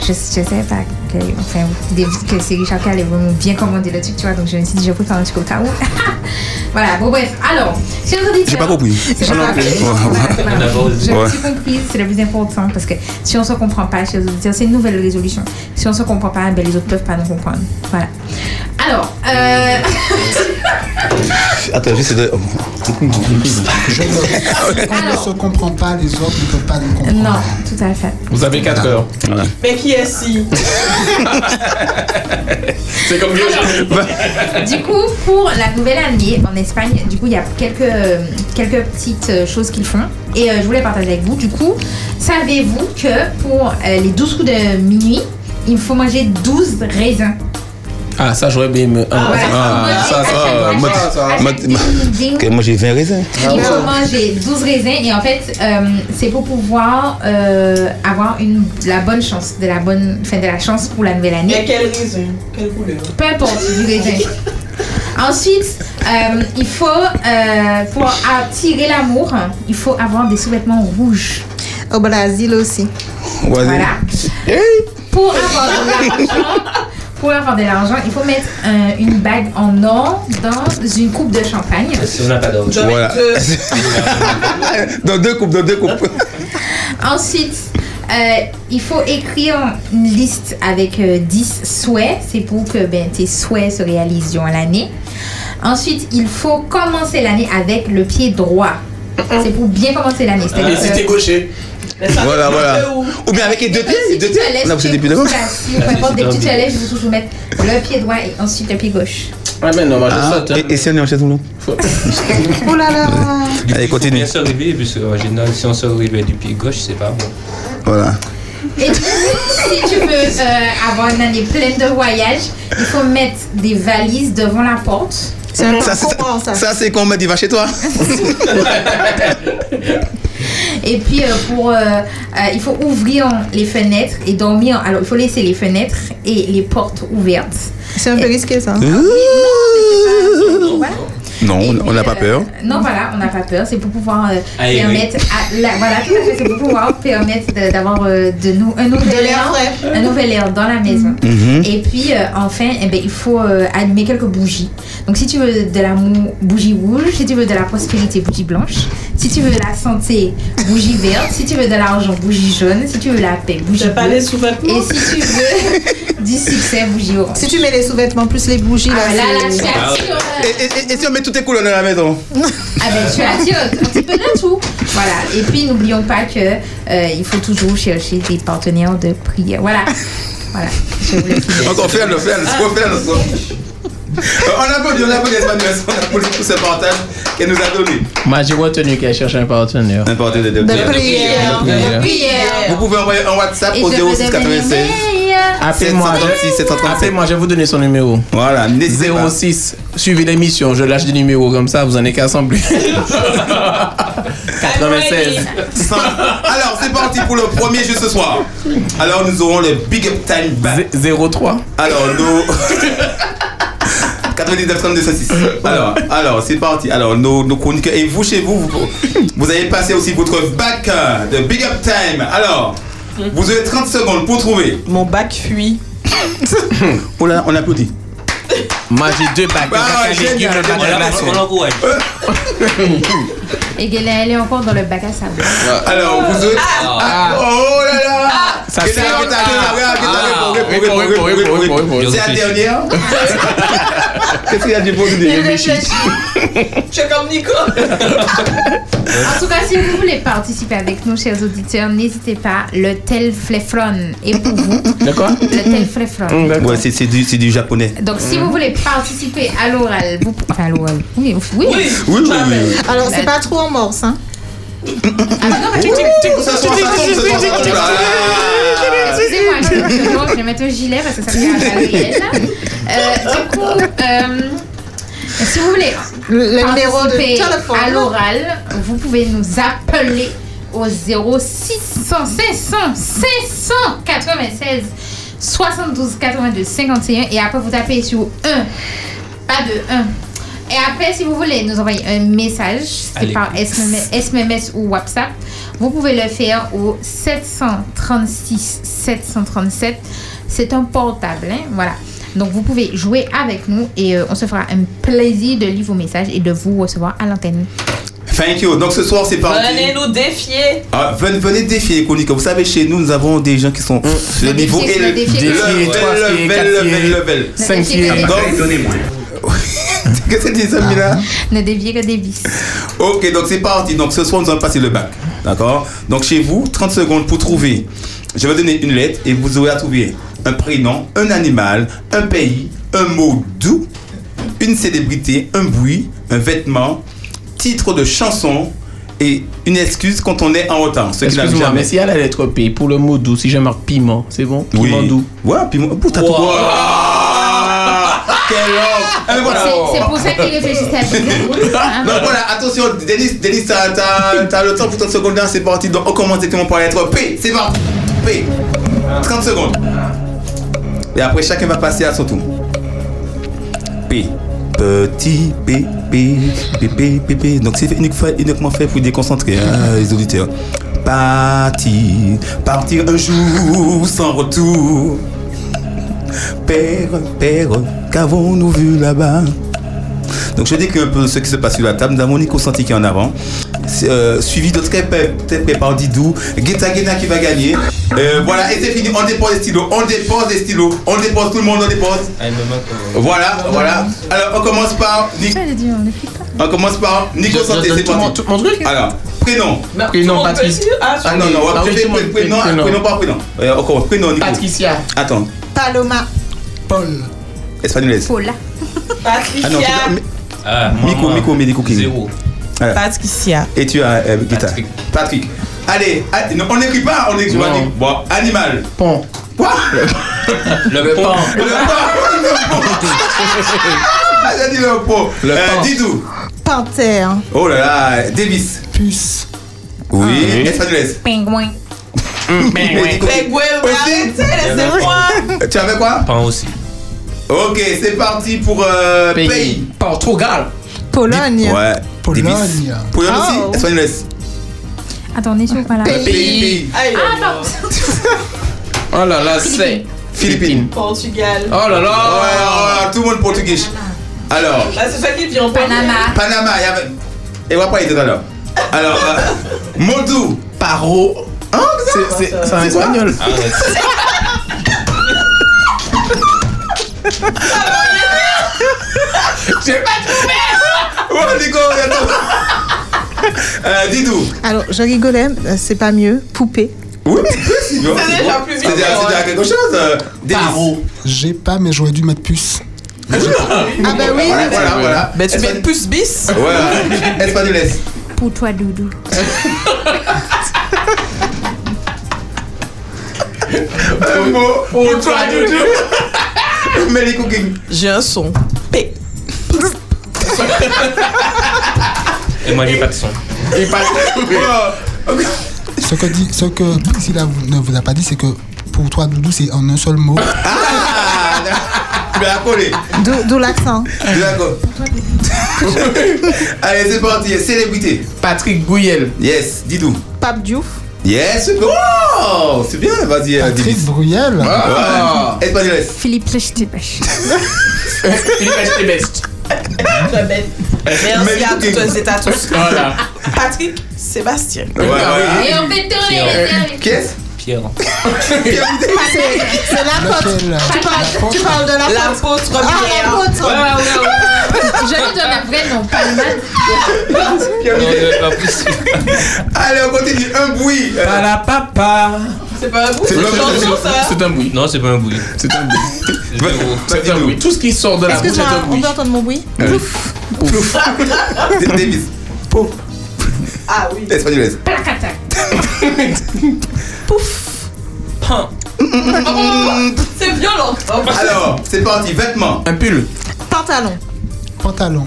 je, je sais pas, que, enfin, des- que c'est Richard qui allait vraiment bien commander le truc, tu vois, donc je me suis dit, je préfère un truc au cas où. voilà, bon, bref. Alors, chers auditeurs. J'ai pas compris. Ah C'est pas grave. Voilà, voilà. Je me suis comprise, c'est le plus important, parce que si on se comprend pas, chers auditeurs, c'est une nouvelle résolution. Si on se comprend pas, ben, les autres peuvent pas nous comprendre. Voilà. Alors, euh, Attends, juste. de- Je ne- on ne se comprend pas, les autres ne peuvent pas nous comprendre. Non, tout à fait. Vous avez 4 heures. Mais qui est si C'est comme Virginie. du coup, pour la nouvelle année en Espagne, du coup, il y a quelques, euh, quelques petites euh, choses qu'ils font. Et euh, je voulais partager avec vous. Du coup, savez-vous que pour euh, les 12 coups de minuit, il faut manger 12 raisins Ah, ça, j'aurais bien aimé. Ah, ah, ça, ça, Ah, moi, ça, ça. moi, Ok, moi, j'ai 20 raisins. Il faut manger 12 raisins et en fait, euh, c'est pour pouvoir euh, avoir une, de la bonne chance, de la bonne, enfin, de la chance pour la nouvelle année. Mais quel raisin Quelle couleur Peu importe du raisin. Ensuite, euh, il faut, euh, pour attirer l'amour, il faut avoir des sous-vêtements rouges. Au Brésil aussi. Voilà. Pour avoir de l'argent, pour avoir de l'argent, il faut mettre un- une bague en or dans une coupe de champagne. Si on n'a pas d'ordre. Voilà. Dans deux coupes, dans deux coupes. Ensuite, euh, il faut écrire une liste avec euh, 10 souhaits. C'est pour que ben, tes souhaits se réalisent durant l'année. Ensuite, il faut commencer l'année avec le pied droit. C'est pour bien commencer l'année. Et si t'es gaucher Voilà, voilà. Ou bien avec les deux pieds, les deux tu pieds. te lèves, Non, c'est tu- depuis d'abord. tu as- si, peu importe, dès que tu te lèves, je vous toujours mettre le pied droit et ensuite le pied gauche. Ouais, mais non, moi, je saute. Ah, hein. Et, et si on est en chaise roulante Oh là là Allez, continue. Bien se réveiller, parce qu'en général, si on se réveille du pied gauche, c'est pas bon. Voilà. Et du coup, si tu veux euh, avoir une année pleine de voyages, il faut mettre des valises devant la porte. Ça, c'est- ça, c'est qu'on met du va chez toi. Et puis euh, pour, euh, euh, il faut ouvrir les fenêtres et dormir. Alors il faut laisser les fenêtres et les portes ouvertes. C'est un peu risqué ça. Non, on- on n'a pas peur. Non voilà, on n'a pas peur. C'est pour pouvoir euh, Aérer. permettre, à la- voilà tout à fait, c'est pour pouvoir permettre de- d'avoir euh, de nous un nouvel De l'air air, frais. Mm-hmm. un nouvel air dans la maison. Mhm. Et puis euh, enfin, eh ben, il faut euh, allumer quelques bougies. Donc si tu veux de l'amour, bougie rouge. Si tu veux de la prospérité, bougie blanche. Si tu veux de la santé, bougie verte. Si tu veux de l'argent, bougie jaune. Si tu veux la paix, bougie T'as pas bleue. les sous-vêtements Et si tu veux du succès, bougie orange. Si tu mets les sous-vêtements plus les bougies Ah, là, là, c'est- tu Ah ouais. Et, et- et si on met toutes les couleurs dans la maison Ah ben tu as dit un petit peu de tout. Voilà. Et puis n'oublions pas que euh, il faut toujours chercher des partenaires de prière. Voilà. Voilà. Je voulais finir. Encore, fais-le, fais-le, fais-le. fais-le. Euh, On applaudit, on applaudit Espagnoles. On applaudit pour ce partage qu'elle nous a donné. Moi, j'ai retenu qu'elle cherche un partenaire. Un partenaire de prière. prière. Vous pouvez envoyer un WhatsApp Et au je veux 0696. Appelez-moi, je, appelez-moi, je vais vous donner son numéro. Voilà, 06. Suivez l'émission, je lâche des numéros comme ça, vous en êtes qu'à assembler. 96. Sans- Alors, c'est parti pour le premier jeu ce soir. Alors, nous aurons le Big Up Time Back. 03. Alors, nous. 99 32 106. Alors, alors c'est parti. Alors, nos, nos chroniqueurs et vous chez vous, vous, vous avez passé aussi votre bac euh, de Big Up Time. Alors, vous avez 30 secondes pour trouver. Mon bac fuit. Oh là, on applaudit. Moi, j'ai deux bacs. Ah, le bac à légumes, le bac à glaçons. Et Gélé, elle est encore dans le bac à sable. Alors, vous autres. Ah, Oh là là Ça Qu'est-ce c'est- que t'as- Ah, qu'est-ce que t'as- ah, qu'est-ce que t'as- ah, réponds, réponds, réponds, réponds, réponds, réponds, réponds, réponds. réponds. C'est la dernière Qu'est-ce qu'il y a de bon de Il réfléchir réfléchit. Je suis comme Nico. En tout cas, si vous voulez participer avec nous, chers auditeurs, n'hésitez pas. Le tel flefron est pour vous. D'accord Le tel flefron. Mm. Mm. Ouais, c'est c'est du, c'est du japonais. Donc, si vous voulez participer à l'oral, vous. Enfin, à l'oral. Oui, oui. Euh, Oui, oui, oui, oui. Alors, c'est pas trop en morse, hein Uh, Excusez-moi, je je vais mettre un gilet parce que ça fait un réel. Euh, Du coup, euh, si vous voulez le numéro de participer téléphone. à l'oral, vous pouvez nous appeler au 0600 500 596 72 82 51 et après vous tapez sur 1, pas de 1. Et après, si vous voulez nous envoyer un message, c'est Allez. par SMS, SMS ou WhatsApp, vous pouvez le faire au 736 737. C'est un portable, hein, voilà. Donc vous pouvez jouer avec nous et euh, on se fera un plaisir de lire vos messages et de vous recevoir à l'antenne. Thank you. Donc ce soir, c'est parti. Venez nous défier. Ah, venez, venez défier Konika. Vous savez, chez nous, nous avons des gens qui sont sur le Mm. Défier, niveau c'est élevé. le défi. Défier, trois level, filles, level, quatre level, filles. level. Le Cinq défi, filles. le Donc, défi. Qu'est-ce que tu dis, Samina Ne déviez que des vis. Ok, donc c'est parti. Donc ce soir, nous allons passer le bac. D'accord Donc chez vous, 30 secondes pour trouver. Je vais donner une lettre et vous aurez à trouver un prénom, un animal, un pays, un mot doux, une célébrité, un bruit, un vêtement, titre de chanson et une excuse quand on est en retard. Ce qui n'arrive Excuse-moi, jamais. mais s'il y a la lettre P pour le mot doux, si je marque piment, c'est bon Piment doux. Ouais, piment. Pour ta Ah, Quel homme C'est c'est pour ça qu'il réfléchissait à tout. ah, Donc voilà, attention, Denis, Denis t'as, t'as- t'as le temps pour 30 secondes, là, c'est parti. Donc on commence directement par la lettre P, c'est parti. P, 30 secondes. Et après, chacun va passer à son tour. P. Petit P, P, P, P, P, P. Donc c'est unique- uniquement fait pour déconcentrer hein, les auditeurs. Partir, partir un jour sans retour. Père, père, qu'avons-nous vu là-bas donc je décris un peu ce qui se passe sur la table. Nous avons Nico Santi qui est en avant, C'est, euh, suivi de très près très près par Didou, Guetta Guetta qui va gagner. Euh, voilà, et c'est fini, on dépose les stylos, on dépose les stylos, on dépose tout le monde, on dépose. Ah, euh, Voilà, voilà. Alors on commence par Nico. On commence par Nico Santé, c'est parti. Alors, prénom. Prénom, Patrice. Ah non, non, on va Ah oui, prénom, tout le monde peut- prénom, prénom. prénom, pas prénom. Euh, on commence, prénom, Nico. Patricia. Attends, Paloma. Paul. Espagnolaise. Paula. Ah non, Patricia. Miko, Miko, Medico King. Zéro. Patricia. Et tu as euh, Guetta. Patrick. Allez, allez, non, on n'écrit pas, on n'écrit pas. Bon, animal. Pont. Quoi Le pont. Le pont. Ah, j'ai dit le pont. Le Euh, pont. Didou. Panthère. Oh là là, Davis. Puce. Oui, Ah, espagnolaise. Pingouin. Mm. Medico King. Tu avais quoi Pan aussi. Ok, c'est parti pour euh, pays. Portugal. Pologne. Ouais. Davis. Pologne aussi, Oh. espagnolaise. Attendez, je vous parle. Pays, pays, pays. Ah, pardon. Oh là là, c'est. Philippines. Portugal. Oh là là. Ouais, ouais, tout le monde portugais. Alors, Bah, c'est ça qui vient en Panama. Panama, il y avait. Et on va pas y aller tout à l'heure. Alors, euh, Mondou. Paro. Hein, c'est- c'est- c'est un quoi Ah, espagnol. Arrête. J'ai pas trouvé. Ouais, Nico, attends. Euh, Didou. Alors, je rigolais, euh, c'est pas mieux. Poupée. Oui, mais plus, c'est bon, C'est c'est déjà bon. plus C'est déjà- mignon, c'est déjà ouais. quelque chose. euh, Davis. J'ai pas, mais j'aurais dû mettre puce. Ah bah oui, Voilà, voilà, voilà. Ben, tu Espan- mets une puce bis. Ouais, espagnolaise. Pour toi, Doudou. Un mot pour toi, Doudou. Mais les cooking. J'ai un son. P. Et moi, j'ai pas de son. Et pas Oh, Ce que, dit, ce que Priscilla vous- ne vous a pas dit, c'est que pour toi, Doudou, c'est en un seul mot. Mais à coller. D'où d'où l'accent. D'accord. Allez, c'est parti. Célébrité. Patrick Gouyel. Yes, Didou. Pape Diouf. Yes, oh, c'est bien, vas-y, euh, Patrick Davis. Bruyel. Ah. Espagnolaise. Philippe Lechtebach. Philippe Estebest. Très belle. Merci à toutes et à tous. Voilà. Patrick Sébastien. Ouais, ouais. Et on fait tourner Pierre. les services. Qui est-ce Pierre. C'est c'est l'apôtre. Tu parles, tu parles de l'apôtre. L'apôtre Pierre. Ah, l'apôtre. Ouais, ouais, Je lui donne un vrai nom, pas le même. euh, Allez, on continue. Un bruit. Pas la papa. C'est pas un bout, C'est c'est une pas un bout. chanson ça. hein. C'est un bruit. Non, c'est pas un bruit. C'est un bruit. C'est un bruit. Tout ce qui sort de la bouche est Excuse-moi, un on bruit. peut entendre mon bruit Euh, Plouf. Plouf. Davis. Eh, Pouf. Ah oui. Espagnolaise. Pain. Mm, C'est violent. Alors, c'est parti. Vêtements. Un pull. Pantalon. Pantalon.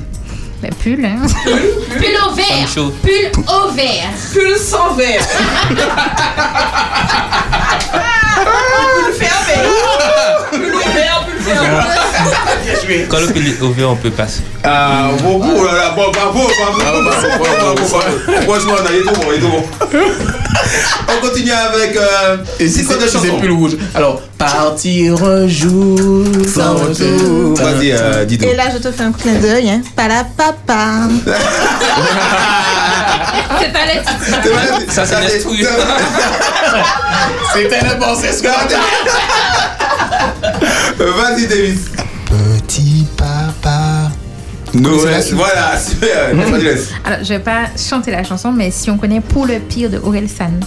Mais pull, hein. Pull au vert. Pull au vert. Pull sans verre. Pull faire verre. Pull au vert, pull faire Bien joué. Quand le pilier est ouvert, on peut passer. Ah, bon, bon, là, là, bon, bravo, bravo, bravo, bravo, bravo, bravo. Franchement, on a- il est tout bon, il est tout bon. On continue avec euh, Et si titre de c'est chanson. plus le rouge. Alors, partir un jour sans retour. Vas-y, euh, dis Et là, je te fais un clin d'œil. Hein. Pas la papa. C'est pas le titre. Ça, c'est Nestouille. C'était le bon, c'est ce Vas-y, Davis. Petit papa. Noël. Voilà, euh, super. Espagnolaise. Alors, je vais pas chanter la chanson, mais si on connaît Pour le pire de Aurel San.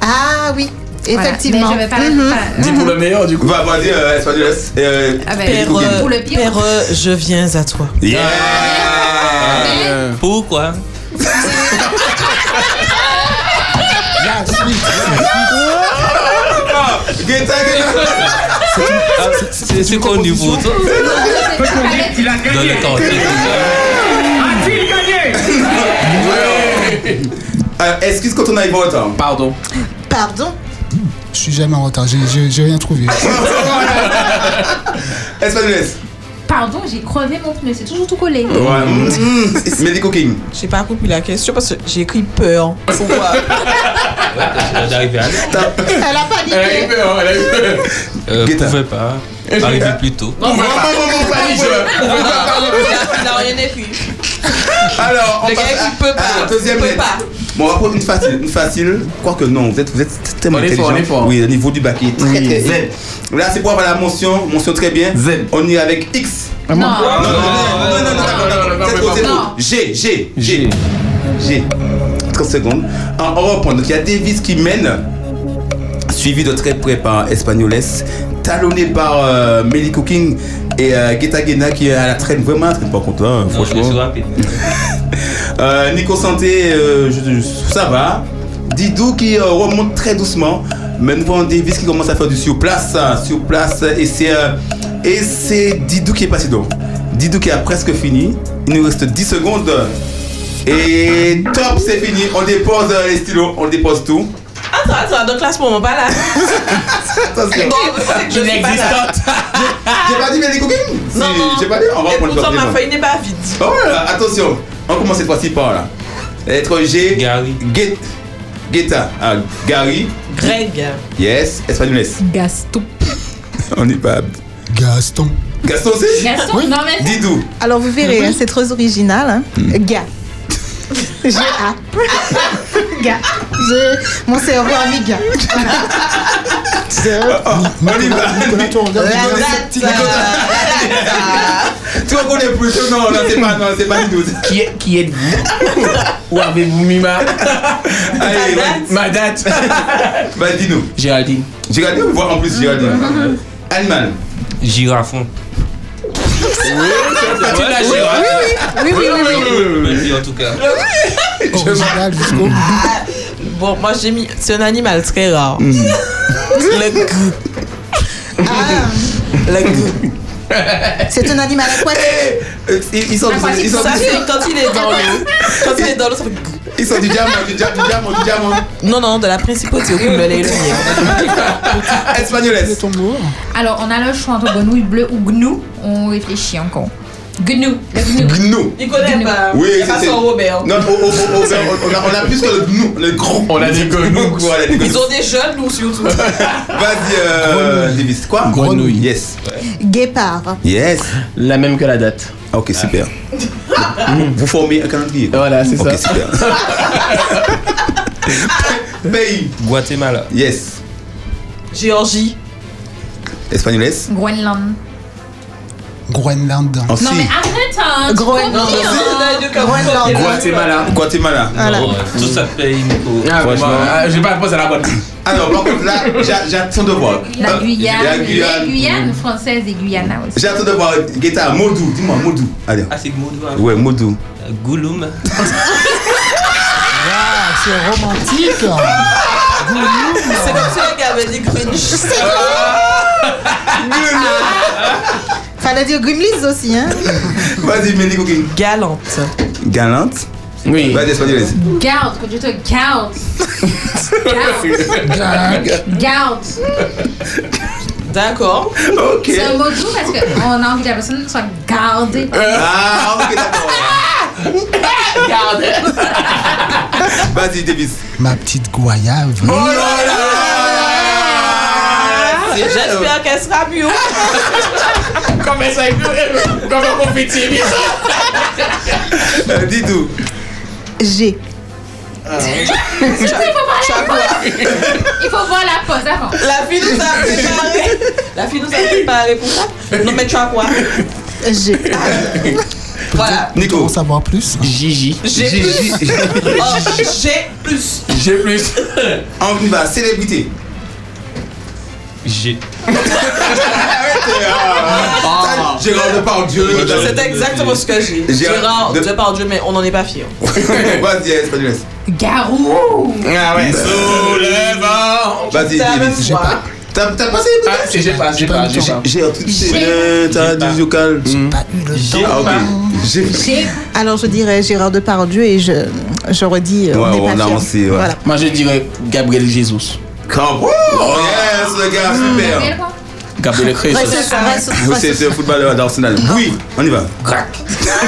Ah oui, Voilà, mais je vais pas la- pas- Dis pour le meilleur, du coup. Va, vas-y, euh, espagnolaise. Et, euh, Ah ben, Ah et du Père, coup, euh, Guy. Père, euh, je viens à toi. Yeah. ben, Pourquoi La suite. Ah, Guetta, Guetta. Ah, C'est c'est quoi au niveau toi Il a Dans le temps. A-t-il Ah ben. Euh, Excuse quand on arrive en retard. Pardon. Pardon Je suis jamais en retard, j'ai- j'ai j'ai rien trouvé. Espagnolaise. Pardon, j'ai crevé mon pneu, c'est toujours tout collé. Ouais. mm, mm, Melody Cooking. J'ai pas compris la question parce que j'ai écrit peur. Pourquoi D'arriver à l'heure. Elle a paniqué. Elle a eu peur, elle a eu peur. Euh, Pouvait pas. Arriver plus tôt. Bon, Non, non, bon, bon, bon, pas les jeux. non, non, Il a rien écrit. Alors, Le on gars passe qui peut à pas. la deuxième peut lettre. pas. Bon, on va prendre une facile, une facile. Quoique non, vous êtes, vous êtes tellement On est intelligent. fort, on est fort. Oui, au niveau du bac, il est très Oui. très zen. Là, c'est pour avoir la mention, mention très bien. Zen. On y est avec X. Non. non, non, non, non, non, non, non, non, non, non, non, c'est non, trop, c'est non. trop. G, G, G, G. 30 secondes. En- On reprend. Donc, il y a Davis qui mène, suivi de très près par Espagnoles, talonné par euh, Melly Cooking et euh, Guetta Guena qui est à la traîne vraiment, à la traîne pas contre, hein, Non, je franchement. suis rapide. Euh, Nico Santé, euh, je- je- ça va. Didou qui euh, remonte très doucement. Mais nous voyons Davis qui commence à faire du sur place, hein, sur place. Et c'est euh, et c'est Didou qui est passé donc. Didou qui a presque fini. Il nous reste 10 secondes. Et top, c'est fini. On dépose euh, les stylos, on dépose tout. Attends, attends, donc là, ce moment, pas là. Attention. Bon, je suis pas là. J'ai pas dit mais les cookies Non, non. J'ai pas dit, on va Et prendre le pourtant, top, ma les gens. feuille n'est pas vide. Oh là là, attention. On commence cette fois-ci par là. Lettre G. Gary. Get, Guetta. Ah, Gary. Greg. Yes, Espagnoles. Gaston. On n'est pas. Gaston. Gaston, c'est Gaston, non mais. Didou. Alors, vous verrez, hein, c'est très original. Hein. Hmm. Gars. G-A. Gars. Je- Mon cerveau a mis gars. On y va. Nicolas, tu regardes. La tu regardes. date, euh, Tu en connais plus. Non, non, c'est pas, non, c'est pas Didou. Qui, est- qui êtes-vous Où avez-vous mis ma, Allez, vas-y, ma date vas-y, Bah, dis-nous. Géraldine. Géraldine, on voit en plus Géraldine. Animal. Girafon. Ah, tu l'as, Géraldine. Oui, oui, oui. oui. Merci en tout cas. Original jusqu'au bout. Ah, Bon, moi, j'ai mis. C'est un animal très rare. Mm. Le gru. Le gru. Ah. C'est un animal Eh, aquatique. Euh, Ils ils sont, ils sont, Ça, c'est quand il est dans l'eau. Quand il est dans l'eau, ça fait gru. ils sont du diamant, du dia- du diamant, du diamant. Non, non, de la principauté au Kumele et le mien. Espagnoles. Ton mot. Alors, on a le choix entre grenouille bleue ou gnou. On réfléchit encore. Gnou. Le gnou. Gnou. Il connaît bah, pas. Oui, Il y a pas c'est- son Robert. Non, oh, oh, oh, oh, on, on a, on a plus que le gnou, le gros. On a dit que nous. Voilà, les Ils grenouilles. ont des jeunes, nous, surtout. Vas-y, euh, Davis. Quoi Grenouille. Yes. Guépard. Yes. La même que la date. Ok, super. Vous- Vous formez un calendrier. quoi. Voilà, c'est Ok, ça. super. Pays. Guatemala. Yes. Géorgie. Espagnoles Groenland. Groenland. Aussi. arrête, hein, tu Groenland. copies, Non, hein. Guatemala. Guatemala. Voilà. Tout ça paye, Nico. Franchement. Ah, j'ai pas la pose à la bonne. Alors, par contre, là, j'a- j'attends de voir. La Guyane. Euh, La La Guyane, Guyane. française et Guyana aussi. J'attends de voir. Guetta, Modou, dis-moi, Modou. Allez. Ah, c'est Modou. Ouais, Modou. Gouloum. c'est romantique. Ah, C'est comme celui qui avait dit Greenwich. C'est Ah. Fallait dire Grimlis aussi, hein. Vas-y, Mélie Cooking. Galante. Galante Oui. Vas-y, Espagnoles. Garde, quand tu te garde. Garde. Garde. D'accord. Ok. C'est un beau doux parce qu'on a envie que la personne soit gardée. Ah, ok, d'accord. Garde. Vas-y, Davis. Oh Ma petite goyave. Ah, Ah, J'espère qu'elle sera mieux. Comment ça Comment on fait Euh, Dis tout. G. Il faut voir la pause. Il faut voir la pause avant. La fille nous a préparé. La fille nous a préparé pour ça. Non, mais tu as quoi G. Voilà. Nico. Pour savoir plus. Gigi. J'ai plus. Oh, J'ai plus. J'ai plus. On y va, célébrité. J'ai. Ah, Gérard Depardieu. C'est exactement ce que j'ai. Gérard Gérard de- Depardieu, mais on n'en est pas fier. Vas-y, Espagnoles. Garou. Ah ouais. Sous le vent. Vas-y, T'as Davis. même pas. T'as t'as passé les Ah, si, j'ai pas, j'ai pas, j'ai pas. J'ai un truc. J'ai- T'as du local. J'ai pas eu le temps. Ah, ok. J'ai Alors je dirais Gérard Depardieu et je, je redis. euh, Ouais, on est on pas a fiers. lancé, ouais. Voilà. Moi, je dirais Gabriel Jesus. Campo. Oh, yes, le gars, super. Gabriel Ouais, Jesus. c'est ça, ouais, c'est- Oui, c'est c'est un footballeur d'Arsenal. Oui, on y va. Crac.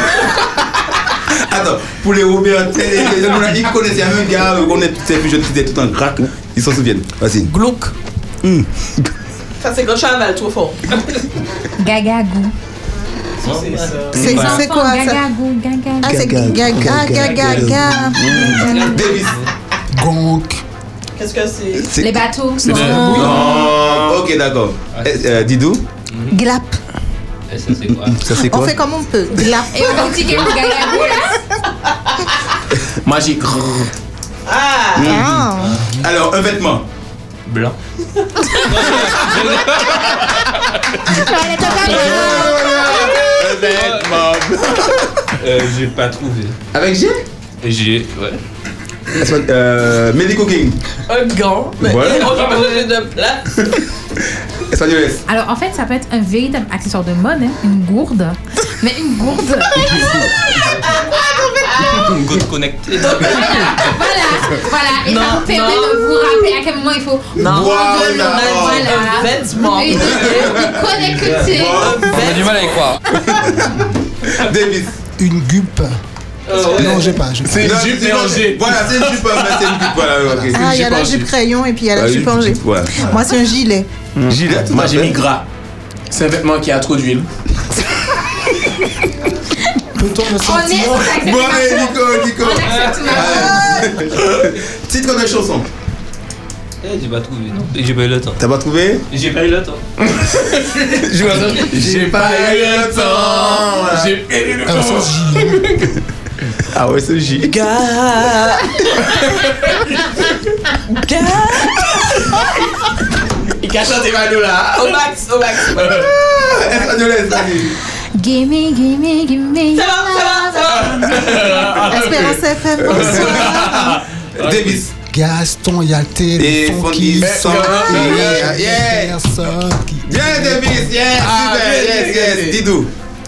Attends, pour les Roubaix, ils connaissent, il y a un gars, euh, on est tous plus jeunes qui étaient tout en crack, ils s'en souviennent. Vas-y. Glauque. Hmm. Ça, c'est Grand Chaval, trop fort. Gagagou. C'est c'est quoi ça Gagagou, gagagou. Ah c'est gaga gaga gaga. Davis. Gonk. Qu'est-ce que c'est C'est- Les bateaux. C'est Non. Non. Ok, d'accord. Eh, euh, Didou Glap. Ça, c'est On quoi fait comme on peut. Ah, Glap. Et on dit que gagagou là. Magique. Ah. Ah. Alors, un vêtement. Blanc. Un vêtement. Euh, j'ai pas trouvé. Avec G J'ai, ouais. Euh, Medico King. Un gant. Mais Voilà. et on va poser de place. Espagnoles. Alors en fait, ça peut être un véritable accessoire de mode, hein, une gourde. Mais une gourde. Ah, Good connected. voilà, voilà. Et Non, ça vous permet non. de vous rappeler à quel moment il faut. Non. prendre le- Voilà. Voilà. Un vêtement. Une- une connectivité. On a du mal à y croire. Davis. Une gupe. Euh, Non, j'ai pas. j'ai pas. C'est une jupe mélangée. Voilà, c'est une jupe. euh, C'est une jupe. Voilà, ok. c'est une Ah il y a jupe la en jupe G. crayon et puis il y a la Ouais, jupe une en G. petite, voilà. Moi c'est un gilet. Gilet. Mmh. Moi, j'ai mis gras. C'est un vêtement qui a trop d'huile. Peut-on On le est. sentir on accepte Bon, ma- allez, Nico, Nico. On accepte ma- Allez. Titre de chanson. Eh, j'ai pas trouvé, non. J'ai pas eu le temps. T'as pas trouvé J'ai pas eu le temps. J'ai Ah, pas eu le temps. J'ai perdu le Un temps. sens Ah ouais, c'est J. Gars. Gars. Il cache tes manos là. Au max, au max. Espagnoles, vas-y. Gimme, gimme, gimme. Ça va, ça va, ça va. Espérance FM. Ah. Davis. Gaston Yalté, Et le Funky funky son Soul. qui Yeah, est yeah. personne qui- Bien, Davis. Yes, Ah, bien, super. Yes, bien, yes. bien. Didou.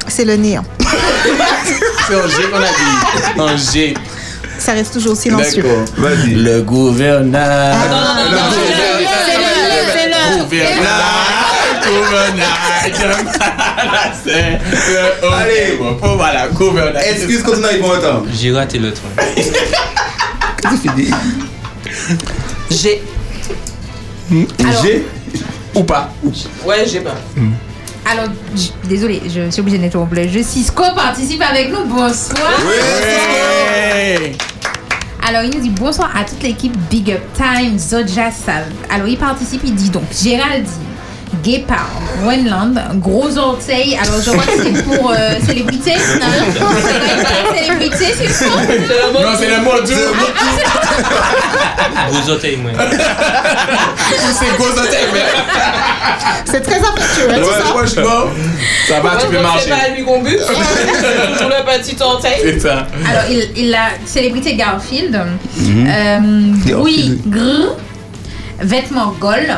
C'est le néant. C'est en G qu'on a dit. En G. Ça reste toujours silencieux. Vas-y. Ah. Le gouverneur. non, non, non, non, C'est le- Allez. Allez, bon, voilà, gouverneur. Excuse quand on arrive en retard. J'ai raté le train. J'ai. Alors- G ou pas. Ouais, bah. j'ai pas. Alors, j- désolé, je suis obligée d'être en bleu. Je Cisco participe avec nous. Bonsoir. Ouais. Hey. Alors, il nous dit bonsoir à toute l'équipe Big Up Time, Zodja Salve. Alors, il participe, il dit donc Géraldine, Guépard, Wenland, Gros Orteil. Alors, je vois que c'est pour euh, célébrité. Non, c'est pas une célébrité, c'est ça Non, c'est le mot dur. Vous ôtez, moi. C'est gros hôtel, mais. C'est très affectueux, hein, tout Ouais, ça. bah, franchement, ça va, Ah, tu peux marcher. C'est pas à lui qu'on bute. Sur le petit entaille. C'est ça. Alors, il, il a célébrité Garfield, Mhm. euh, Garfield. oui, gr, vêtements gold,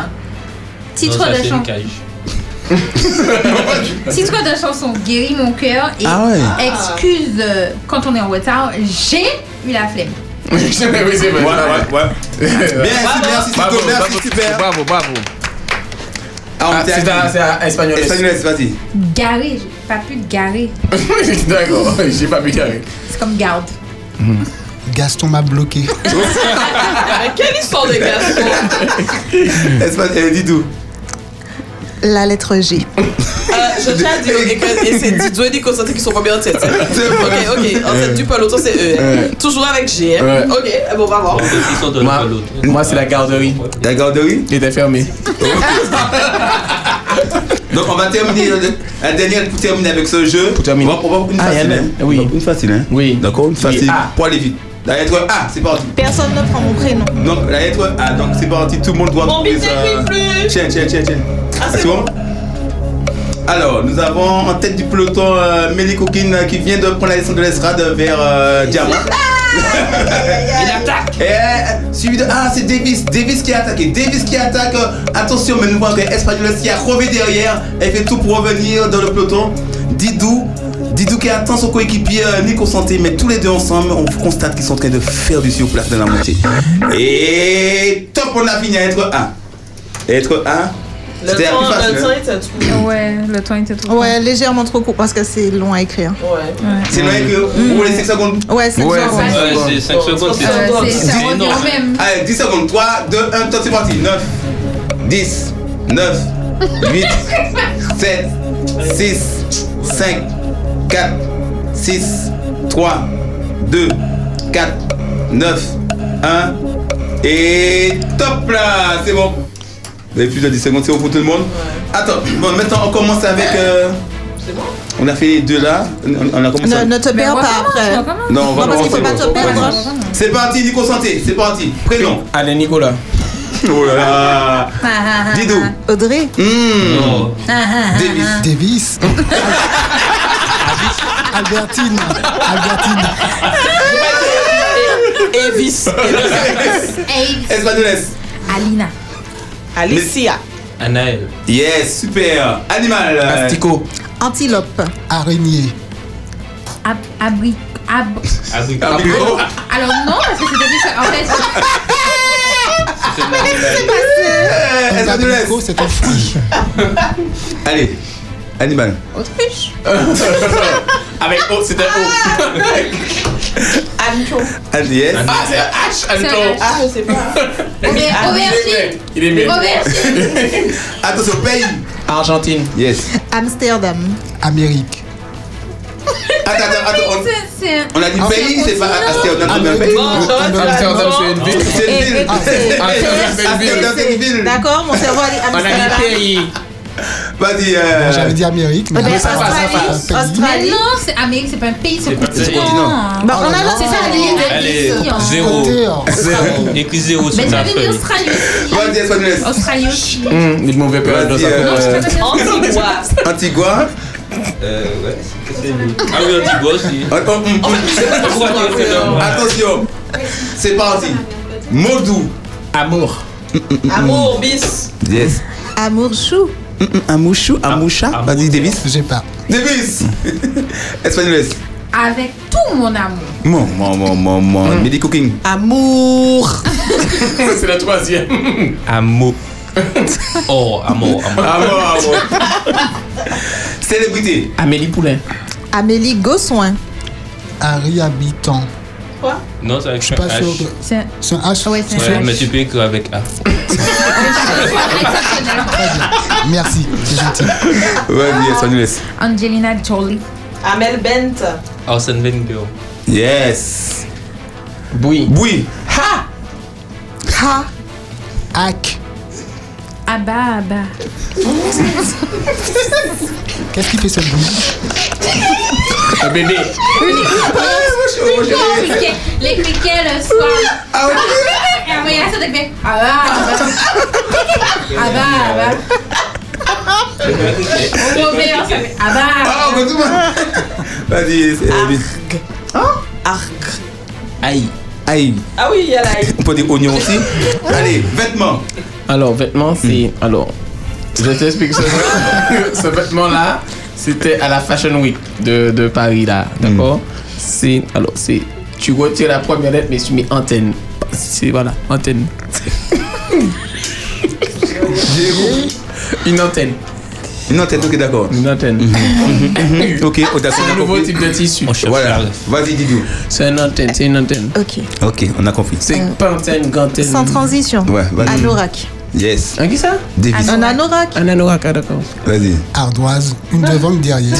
titre Non, ça, de c'est une chanson. cage. Titre de chanson Guéris mon cœur et Ah ouais. Excuse euh, quand on est en retard, j'ai eu la flemme. Oui, c'est vrai, c'est vrai. Merci, merci, Tito, merci, super. Bravo, bravo. Ah, Ah, c'est c'est à- à- c'est à Espagnoles. Espagnoles, vas-y. Garé, j'ai pas pu te garer. D'accord, j'ai pas pu carrer. C'est comme garde. eh. Gaston m'a bloqué. Quelle histoire de garçon Espagnol, dis tout. La lettre G. Euh, Je tiens à dire que et c'est Didou et Nico Santé qui sont combien en tête hein Ok, ok. En tête du pas l'autre, c'est eux. hein. Ouais. Toujours avec G. hein. Ouais. Ok, bon, on va voir. Moi, moi, c'est la garderie. La garderie Il était fermé. Donc on va terminer euh, la dernière pour terminer avec ce jeu. On va on va- une Ah, facile. il y en a. hein. Donc, une facile. Hein. Oui. D'accord, une facile. Ah. Pour aller vite. La lettre A, c'est parti. Personne ne prend mon prénom. Donc la lettre A, donc c'est parti, tout le monde doit Mon trouver bide ça. n'écrit plus. Tiens, tiens, tiens, tiens. Ah, c'est bon Alors, nous avons en tête du peloton euh, Mélie Coquine euh, qui vient de prendre la descente de l'estrade vers euh, Diamant. Il attaque Et, Suivi de. Ah, c'est Davis. Davis qui a attaqué. Davis qui attaque. euh, attention, mais nous voyons que Espagnoles qui a revu derrière. Elle fait tout pour revenir dans le peloton. Didou. Didou qui attend son coéquipier euh, Nico Santé. Mais tous les deux ensemble, on constate qu'ils sont en train de faire du surplace dans la montée. Et top, on a fini à être 1. Être 1. Le C'était la plus temps, facile, le hein. temps était trop. Ouais, le temps était trop Ouais, légèrement trop court parce que c'est long à écrire. C'est vrai que vous voulez 5 secondes Mm. Ouais, cinq Ouais, secondes. cinq Ouais, secondes. c'est cinq Euh, c'est- ça revient énorme. au même. Allez, 10 secondes. 3, 2, 1, top, c'est parti. 9, 10, 9, 8, 7, 6, 5, 4, 6, 3, 2, 4, 9, 1. Et top là, c'est bon. Vous avez plus de 10 secondes, c'est bon pour tout le monde. Attends, bon, maintenant on commence avec. euh, On a fait les deux là. On, on a commencé. Ne, ne te perds pas après. Non, on va parce qu'il commencer. faut pas te perdre. hein. C'est parti, Nico Santé, c'est parti. Prénom. Allez, Nicolas. Oh là là. Didou. Audrey. Hmm. Non. Davis. Davis. Albertine. Albertine. Elvis. Espagnoles. Alina. Alicia. Anaël. Yes, super. Animal. Astico. Antilope. Araignée. Ab, abri, ab- Abricot. Alors non, parce que c'était juste en fait. Eh, Espagnoles. c'est un fruit. Allez, animal. Autriche. Avec O, c'était O. Anto. Ah, Yes. Ah, c'est H, Anto. Ah, je sais pas. Aubergine. Il est bien. Attention, pays. Argentine. Yes. Amsterdam. Amérique. Attends, attends, attends. on- On a dit Ah, pays, c'est pas Amsterdam, c'est un pays. Amsterdam, c'est une ville. C'est une ville. Ah, c'est- Amsterdam, c'est une ville. Amsterdam, c'est eh, une ville. D'accord, mon cerveau a dit On a dit Amsterdam. pays. Vas-y. euh, J'avais dit Amérique, mais Eh ben, Amérique, c'est Australie, pas un pays. Mais non, c'est Amérique, c'est pas un pays, c'est un pas- c'est un continent. Oh, continent. Bah, on a C'est ça, elle dit Allez, Alice, hein. zéro. Zéro. Écris zéro sur Mais ta j'avais dit feuille. Australie Vas-y, Espagnoles. aussi. Australie aussi. Hmm, Il de mauvais période dans Vas-y, sa euh, Antigua. Antigua. Euh, ouais. c'est une- Ah oui, on dit boss. il- Attends, hum, hum. eh, Pourquoi t'es fait dans- Attention, c'est parti. Modou. Amour. Amour, bis. Yes. Amour chou. Amouchou, Ah, Amoucha. Vas-y, Davis. J'ai pas. Davis. Espagnoles. Avec tout mon amour. Mon, mon, mon, mon, mon. Mm. Midi cooking. Amour. C'est la troisième. Amour. Oh, amour, amour. Amour, amour. ah, Célébrité. Amélie Poulain. Amélie Gossoin. Harry Habitant. Non, c'est avec Je suis pas un sûr. H. que- C'est un H. Ouais, c'est un Ouais, mais H. tu peux écrire avec A. Merci, c'est gentil. Vas-y, Espagnoles. Angelina Jolie. Amel Bent. Arsène Wenger. Yes. Boui. Boui. Ha Ha Hack. Abba, abba. Qu'est-ce qui fait ce bruit Un bébé. Une criquet. Les criquets le soir. Ah oui. Ah oui, ça te fait. Ah bah. Ah bah, ah bah. On revient, on s'appelle. Ah bah. Ah, on va Vas-y, c'est vite. Arc. Aïe. Aïe. Ah oui, il y a la On peut dire oignon aussi. Allez, vêtements. Alors, vêtements, c'est. Hmm. Alors, je t'explique ce, ce vêtement-là. C'était à la Fashion Week de, de Paris, là. Hmm. D'accord C'est. Alors, c'est. Tu retires la première lettre, mais tu mets antenne. C'est. Voilà, antenne. Une antenne. Une antenne, ok, d'accord. Mhm. Une antenne. ok, on t'a C'est un nouveau type de tissu. Voilà, vas-y Didou. C'est une antenne, c'est une antenne. Ok. Euh, Ok, on a compris. C'est pas antenne, gantenne. Sans transition. Ouais, vas-y. Anorak. Yes. Un Ah, qui ça Ah, Davis. Un anorak. Un anorak, ah, d'accord. Vas-y. Ardoise, une devant, une derrière.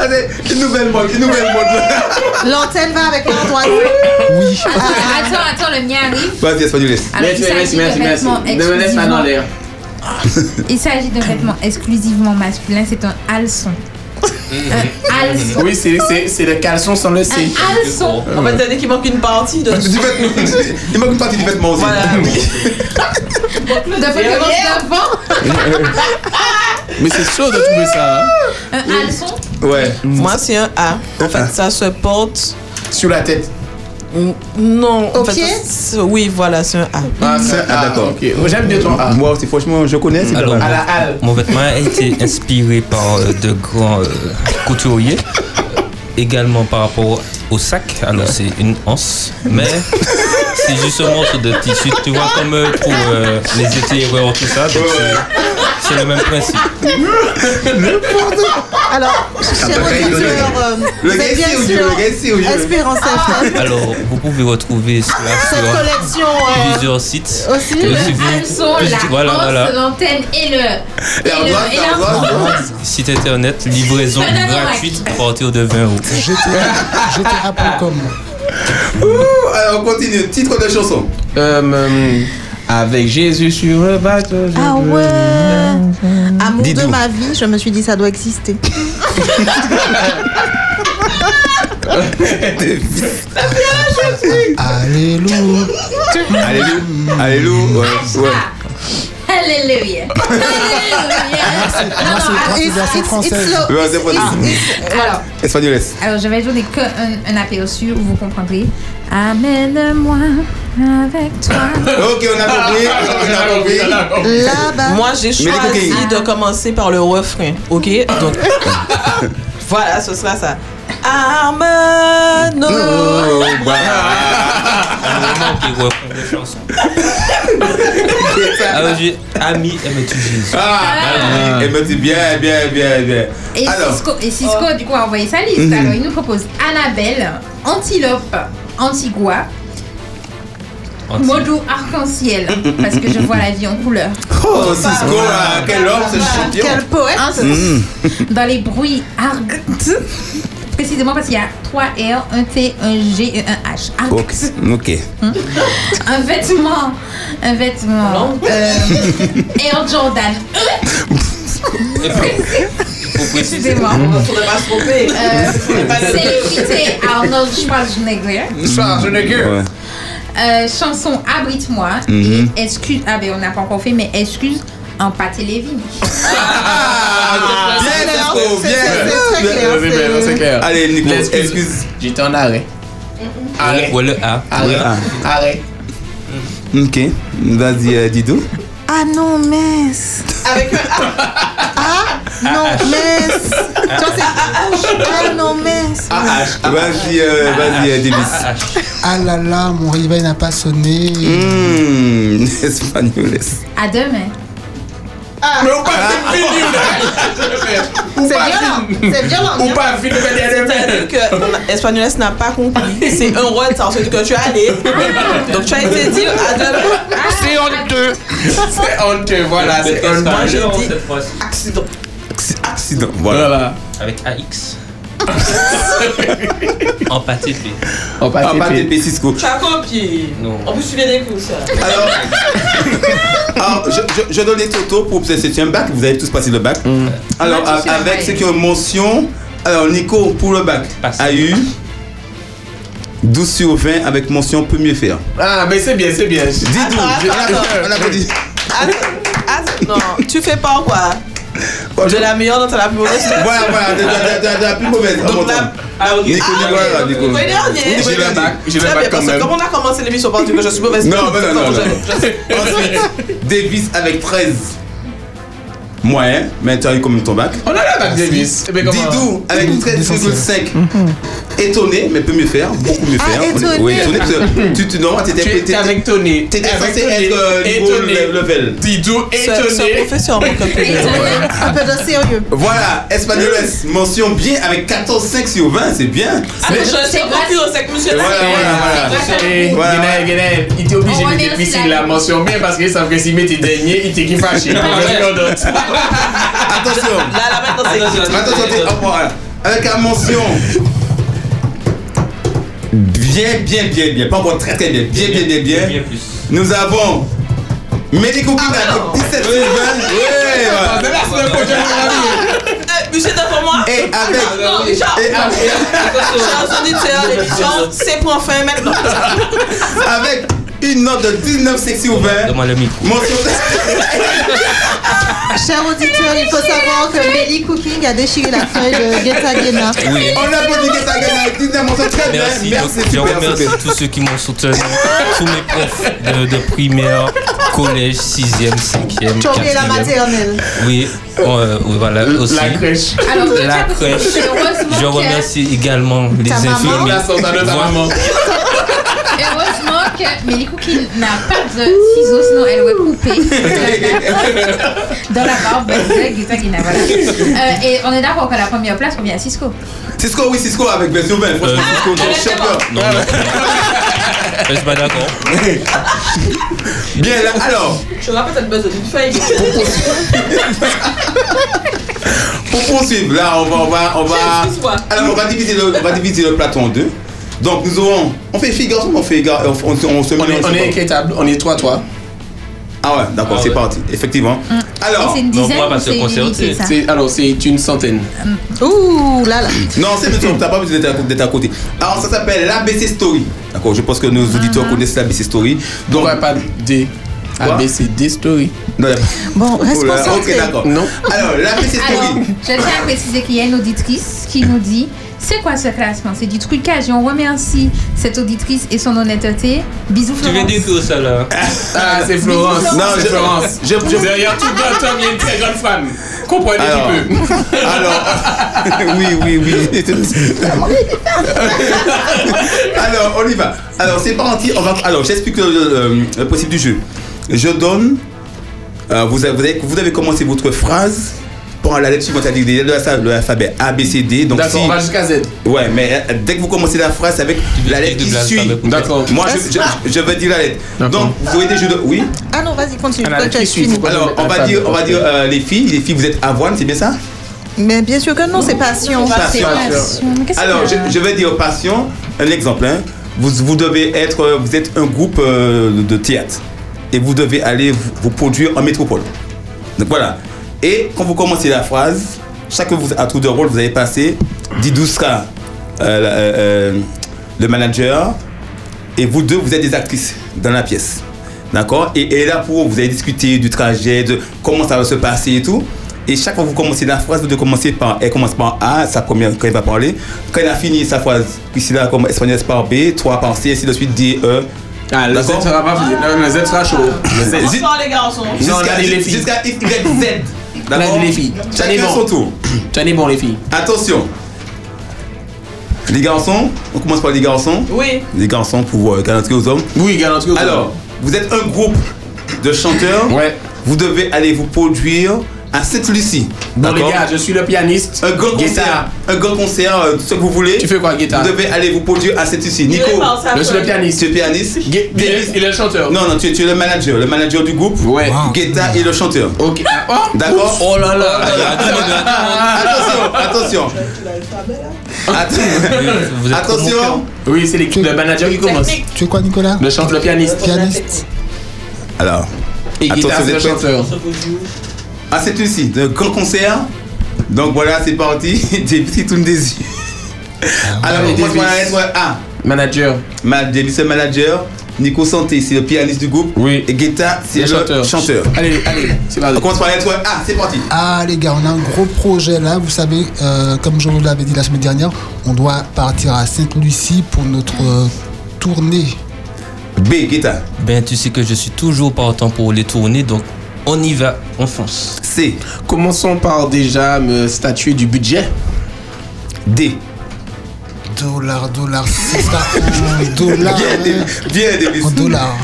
Allez, Ah, une nouvelle mode, une nouvelle mode. L'antenne va avec Euh, l'endroit. Oui. Attends, attends, le mien arrive. Vas-y, Espagnolis. Alors, il s'agit de vêtements Ne me laisse pas dans exclusivement- l'air. Il s'agit d'un vêtement exclusivement masculin, c'est un hameçon. Hameçon. Eh, Oui, c'est- c'est c'est le caleçon sans Ah, le C. Un hameçon. En fait, t'as dit qu'il manque une partie de. Du vêtement. Il manque une partie du vêtement aussi. D'abord, commence d'avant. euh, Mais c'est chaud de trouver ça. hein. Mm. Un hameçon. Ouais. Moi, c'est un A. En fait, ça se porte. Ah. Sur la tête. Non. Au en fait, pied ça se- Oui, voilà, c'est un A. Ah, c'est Ah, d'accord. ok. Oh, J'aime bien ton A. Moi aussi, franchement, je connais. c'est Alors, pas À mal. la halle. Mmh. Mon vêtement a été inspiré par euh, de grands euh, couturiers. Également par rapport au sac, alors c'est une anse, mais c'est juste un morceau de tissu, tu vois, comme euh, pour euh, les étireurs, tout ça, donc c'est- c'est le même principe. Alors, chers pareil, le- auditeurs, euh, le vous êtes bien Gacy ou sûr le Gacy ou je- Espérance FM. Alors, vous pouvez retrouver cela Ah, Cette sur collection euh, plusieurs sites. aussi. Et aussi, vous- Hameçon, la hanse, voilà, voilà. l'antenne et le. Et le. Et la Site internet, livraison Un anorak. gratuite à partir de 20 euros. J'étais à peu comme. Ouh, Alors, on continue. Titre de chanson. Euh, hum, avec Jésus sur le bateau. je Ah veux- ouais Amour de Didou. ma vie, je me suis dit ça doit exister. Alléluia. Alléluia. Alléluia. Ouais, ouais. Alléluia. Alléluia. Moi, c'est moi, c'est version française. slow. Ouais, c'est bon. Voilà. Espagnoles. Alors, je vais jouer qu'un un apéro sûr, vous comprendrez. Amène-moi avec toi. Ok, on a compris. On a compris. Là-bas. Moi, j'ai Mais les choisi coquilles. de commencer par le refrain, ok Donc, voilà, ce sera ça. Armano Oh, bah. Un moment qui reprend des chansons. Alors, j'ai ami, aimais-tu Jésus Ah, elle me dit bien, bien, bien, bien. Et Alors, Mhm. Cisco, et Cisco, du coup, a envoyé sa liste. Alors, il nous propose Annabelle, Antilope, Antigua, Anti- Modou Arc-en-Ciel, parce que je vois la vie en couleur. oh, Cisco, ah, quel homme, ce champion. Quel poète Hein, Dans les bruits arg. Précisément parce qu'il y a 3 R, 1 T, 1 G et 1 H. Arg. Ok, ok. Un vêtement. Un vêtement. Euh, Air Jordan. Et pour- pour préciser, Excusez-moi. Faudrait pas se tromper. Euh, Célébrité Arnold Schwarzenegger. Schwarzenegger. Ouais. Euh, chanson Abrite-moi. Mhm. Et excuse. Ah, ben on n'a pas encore fait, mais excuse en pâté Lévin. Ah, bien, Cisco, C'est- c'est- bien. c'est très clair, Ouais, mais non, c'est c'est- clair. Allez, Nico, L'excuse. excuse. J'étais en arrêt. Arrêt. ou le A. Arrêt. Ah. Arrêt. Ok, vas-y, euh, Didou. Ah non, mince Avec un Ah non, mince Tu vois, c'est Ah non, mince Vas-y, euh, vas-y, euh, Davis. Ah là là, mon réveil n'a pas sonné. Hum, Espagnoles. À demain. Ah! Mais on pas Ah! fini, C'est violent C'est violent On pas fini, mais C'est-à-dire que on- Espagnoles n'a pas compris. C'est un retard, c'est que tu es allé. Donc, tu as été dire à demain. C'est honteux. C'est honteux, voilà, c'est honteux. Espagnol, Moi, je dis- cette fois-ci. Accident. Accident, voilà. Voilà. Avec AX. En pâté de blé. En pâté En pâté de blé, Cisco. Tu as copié. Non. En plus, tu viens des cours, ça. Alors, Alors, je, je, je donne les totaux pour c'est c'est un bac. Vous avez tous passé le bac. Alors, Moi, je suis a- avec pareil. ceux qui ont mention, alors Nico pour le bac a eu 12 sur 20 avec mention peut mieux faire. Ah, mais c'est bien, c'est bien. Didou, Attends, attends. Ah, non, tu fais pas quoi De la meilleure dans la plus mauvaise. Voilà, voilà, de- de- de- de la plus mauvaise. Donc là, ah, ok. Nico, Ah, Nico, ok. voilà, Nico. Vous voyez, dernier. J'ai le bac, j'ai le Très bac bien, quand parce que même. Comme on a commencé l'émission par dire que je suis mauvaise. Non, perdante, non, non, c'est non, bon, non. je- je- Ensuite, Davis avec 13. Moyen, mais tu as eu combien de ton bac On a le bac Davis. Eh ben, comment- Didou avec 13,5. Étonné, mais peut mieux faire, beaucoup mieux Ah, faire. On est- étonné. Oui, étonné, parce que tu, tu, non, t'étais- Tu t'étais- étais avec Tony. T'étais Avec censé Tony. être euh, niveau Étonné. le- level. Didou étonné. Ce professeur manque un peu de- Un peu de sérieux. Voilà, Espagnoles, mention bien avec 14,5 sur 20, c'est bien. Attends, je suis confus, c'est que monsieur. Et voilà, voilà, voilà. Chérie, Voilà. Guinée, Guinée, il était obligé On de remercie dépisser la- la mention bien parce qu'il savait que s'il mettait dernier, il était qui fâché. Il pouvait dire d'autres. Attention. Là, là, maintenant, c'est. Attends, attends, attends, voilà. Avec la mention. Bien, bien, bien, bien. Pas encore très, très bien. Bien, bien, bien, bien. Nous avons. Mehdi Koukina Ah, avec 17 sur 20. Ouais, Attends, ouais. de la semaine prochaine, Eh, Monsieur, t'as pour moi Et avec- Non, Richard. et avec- Chers auditeurs, l'émission, c'est pour enfin maintenant. Avec une note de 19 sexy ouvert. Demande le micro. Mention. Chers auditeurs, il faut savoir que Melly Cooking a déchiré la feuille de Guetta Guena. Oui. On applaudit Guetta Guena avec 19 mentions très bien. Merci, Merci, donc, je super, remercie super. tous ceux qui m'ont soutenu, tous mes profs de, de primaire, collège, 6e, 5e, Tu as oublié la 4e. maternelle. Oui, euh, oui, voilà aussi. La crèche. Alors, vous êtes La là pour- crèche. Heureusement que- Je remercie également les Ta maman. infirmiers. La sauce à deux, ta Voilà. maman. Heureusement que Mélie Cookie n'a pas de ciseaux, sinon elle aurait coupé dans la barbe de Guetta Guina, voilà. Euh, et on est d'accord que la première place revient à Cisco. Cisco, oui, Cisco avec version 20. Franchement, Euh, Cisco, Ah, j'ai champion. Non, non, je suis pas d'accord. Bien, là, alors. Je rappelle cette buzz d'une feuille. Pour poursuivre, là, on va, on va, on va. Alors, on va diviser le, on va diviser le plateau en deux. Donc, nous aurons. On fait fille garçon, ou on fait gar- on, on, on se On mélange est- on est équitable, on est 3-3. Ah ouais, d'accord, c'est parti. Effectivement. Et Mm. Ah, c'est une dizaine ou c'est une unité, ça C'est- Alors, c'est une centaine. Ouh là là. Non, c'est plutôt, t'as pas besoin d'être à- d'être à côté. Alors, ça s'appelle l'ABC Story. D'accord, je pense que nos Ah. auditeurs connaissent l'ABC Story. Donc, Pourquoi pas D ABC D Story. Bon, reste Ok, d'accord. Non. Alors, l'ABC Story. Alors, je tiens à préciser qu'il y a une auditrice qui nous dit C'est quoi ce classement C'est du trucage. Et on remercie cette auditrice et son honnêteté. Bisous, Tu veux Florence. détruire ça là Ah, c'est Florence. Euh, Non, Non, c'est je- Florence. je- je- Derrière tout grand homme, il y a une très grande femme. Comprenez un Alors. petit peu. Alors, oui, oui, oui. Alors, on y va. Alors, c'est parti. On va... Alors, j'explique le, le- le principe du jeu. Je donne. euh, vous, avez, vous avez- vous avez commencé votre phrase pour la lettre suivante, c'est-à-dire de l'alpha- de l'alphabet A, B, C, D. Donc, D'accord, si- on va jusqu'à Z. Ouais, mais euh, dès que vous commencez la phrase avec la lettre qui suit. D'accord. Moi, je, je, je veux dire la lettre. Donc, vous voyez des jeux de. Oui Ah non, vas-y, continue. Alors, Toi, tu as fini. on va dire, on va dire euh, les filles. Les filles, vous êtes avoine, c'est bien ça Mais bien sûr que non, c'est passion. Passion. Mais qu'est-ce Alors, que- je, je vais dire passion, un exemple. hein. Vous, vous devez être, euh, vous êtes un groupe euh, de théâtre et vous devez aller vous, vous produire en métropole. Donc voilà. Et quand vous commencez la phrase, chacun vous, à tour de rôle, vous allez passer. Didou sera euh, la- euh, euh, le manager et vous deux, vous êtes des actrices dans la pièce. D'accord et, et là, pour vous allez discuter du trajet, de comment ça va se passer et tout. Et chaque fois que vous commencez la phrase, vous devez commencer par. Elle commence par A, sa première, quand elle va parler. Quand elle a fini sa phrase, Priscilla comme espagnol par B, toi par C, ainsi de suite, D, E. Ah, le Z sera pas fini. Non, le Z sera chaud. Le Z. Bonsoir les garçons. Non, on a dit les filles. Jusqu'à Y, Z. On a dit les filles. Tenez Chacun bon. son tour. Tenez bon, les filles. Attention. Les garçons, on commence par les garçons. Oui. Les garçons pour euh, galanterie aux hommes. Oui, galanterie aux Alors, hommes. vous êtes un groupe de chanteurs. Ouais. Vous devez aller vous produire à Sainte-Lucie. Bon, les D'accord gars, je suis le pianiste. Un grand concert, Guitare. un grand concert, euh, ce que vous voulez. Tu fais quoi, guitare Vous devez aller vous produire à cette ici. Il Nico, est mort, ça, Je suis le ouais. pianiste. Tu es pianiste. Dennis, il est le chanteur. Non, non, tu es, tu es le manager, le manager du groupe. Ouais. Guetta est le chanteur. Ok. D'accord. Oh là là. Ah, attention, attention. Vous êtes Attention. Oui, c'est l'équipe, le manager qui commence. Tu es quoi, Nicolas Le chante le pianiste. Pianiste. Alors. Et guitare, attention, c'est le vous êtes prêts chanteur. Ah, c'est ici, un grand concert. Donc voilà, c'est parti. Des petits tournes des yeux. Alors, Ah, ouais. on commence par la Davis. lettre A. Manager. Ma, Davis, c'est manager. Nico Santé, c'est le pianiste du groupe. Oui. Et Guetta, c'est le chanteur. Allez, allez, c'est parti. On commence par la lettre A, c'est parti. Ah les gars, on a un gros projet là. Vous savez, euh, comme je vous l'avais dit la semaine dernière, on doit partir à Sainte-Lucie pour notre euh, tournée. B, guitare. Ben, tu sais que je suis toujours partant pour les tourner, donc on y va, on fonce. C. Commençons par déjà me statuer du budget. D. Dollar, dollar, c'est ça. En dollar. hein. Bien, Davis. Bien, Davis. En dollar.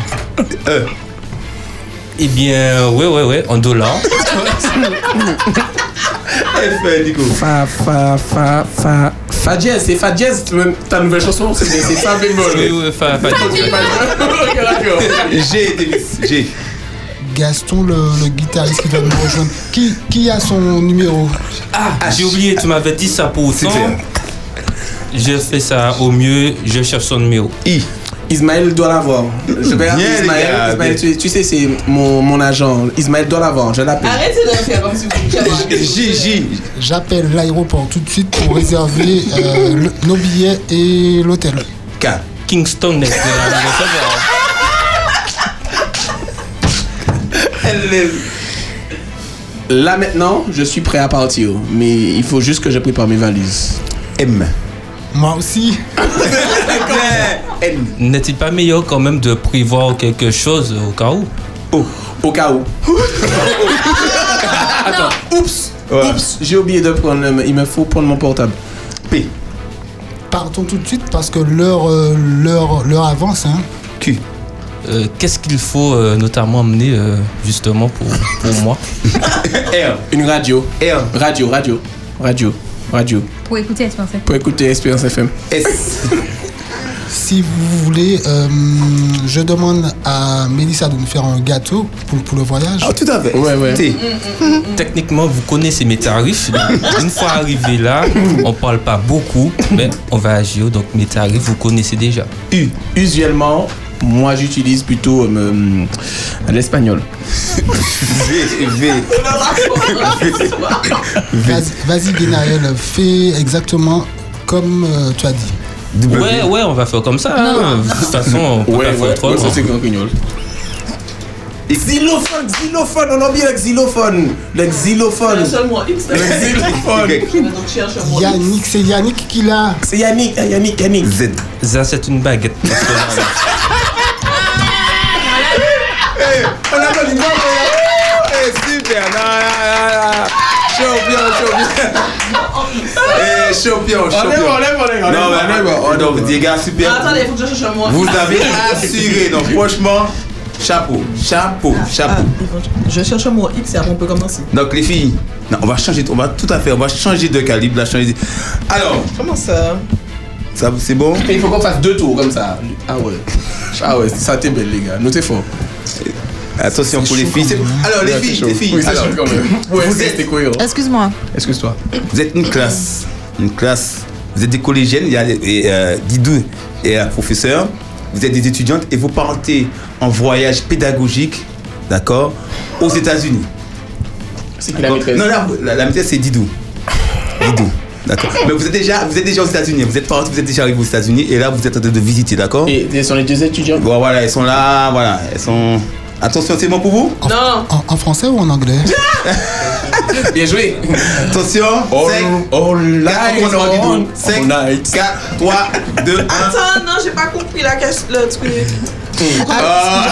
Euh. E. Eh bien, ouais, ouais, ouais, en dollars. Eh, F, Nico. Fa, fa, fa, fa. Fa dièse, c'est Fa dièse, tu veux- ta nouvelle chanson, c'est c'est Fa Oui, bémol. oui, fa- fa- Ok, d'accord. G, Davis. G. Gaston, le, le guitariste qui va nous rejoindre. Qui, qui a son numéro Ah, j'ai oublié, tu m'avais dit ça pour autant. Je fais ça au mieux, je cherche son numéro. I. Ismaël doit l'avoir. Je vais Bien, appeler les Ismaël. gars, Ismaël, tu, tu sais, c'est mon, mon agent. Ismaël doit l'avoir, je l'appelle. Arrêtez de faire comme si vous vouliez. J, J. J'appelle l'aéroport tout de suite pour réserver euh, le- nos billets et l'hôtel. K. Kingston euh, Next. Là maintenant, je suis prêt à partir. Mais il faut juste que je prépare mes valises. M. Moi aussi. N'est-il pas meilleur quand même de prévoir quelque chose au cas où Au cas où. Attends, oups, oups, j'ai oublié de prendre. le- Il me faut prendre mon portable. P. Partons tout de suite parce que l'heure euh, l'heure l'heure avance. Hein. Q. Euh, Qu'est-ce qu'il faut euh, notamment amener euh, justement pour, pour moi R. Une radio. R. Radio, radio, radio, radio. Pour écouter, tu pensais Pour écouter Espérance FM. S. Si vous voulez, euh, je demande à Mélissa de nous faire un gâteau pour, pour le voyage. Ah, tout à fait. Ouais, ouais. T. Techniquement, vous connaissez mes tarifs. Une fois arrivé là, on parle pas beaucoup, mais on va agir. Donc mes tarifs, vous connaissez déjà. U. Usuellement, moi j'utilise plutôt euh, hum, l'espagnol. V. V. Vas- Vas-y, Guénaël, fais exactement comme euh, tu as dit. W. Ouais, ouais, on va faire comme ça. hein. De toute façon, on peut pas hein. Ouais, faire ouais, autrement. ouais, ça c'est grand guignol. Xylophone, xylophone, on a oublié le xylophone. Le xylophone. Le seul mot X. Le xylophone. Donc cherche un mot X. Yannick, c'est Yannick qui l'a. C'est Yannick, hein, Yannick, Yannick. Z. Ça, c'est une baguette. Eh, On a pas du bon, mais- Eh, super. Non, non, non, non. Champion, champion. Eh, champion, On est champion. bon, on est bon, on est bon, on est Non, bon, on est mais bon, on est bon. donc, des gars, super. Ah, Attendez, faut que je cherche un mot Vous avez assuré, donc franchement, chapeau, chapeau, chapeau. Je cherche un mot X et après Ah, on peut commencer. Donc les filles, non, on va changer, on va tout à fait, on va changer de calibre, la changer. Alors, Comment ça ça c'est bon Mais il faut qu'on fasse deux tours comme ça. Ah ouais. Ah ouais, ça t'es belle les gars. Nous t'es fort. Attention pour les filles. c'est- Alors les Ouais, c'est filles, chaud. les filles, Oui, c'est alors, chaud quand même. Ouais, vous c'est êtes, cohérent. Excuse-moi. Excuse-toi. vous êtes une classe, une classe. Vous êtes des collégiennes, il y a et, euh, Didou et la professeure. Vous êtes des étudiantes et vous partez en voyage pédagogique, d'accord, aux États-Unis. C'est qui la Donc, maîtresse Non, la, la, la maîtresse, c'est Didou. Didou. D'accord. Mais vous êtes déjà, vous êtes déjà aux États-Unis. Vous êtes parti, vous êtes déjà arrivé aux États-Unis et là, vous êtes en train de visiter, d'accord Et ce sont les deux étudiants Bon, voilà, elles sont là, voilà, elles sont. Attention, c'est bon pour vous Non En, en français ou en anglais Bien joué. Attention, All, 5, all night 4, on, 5, all night. 4, 3, 2, 1. Attends, non, j'ai pas compris la cache- le truc. Ah, Ah,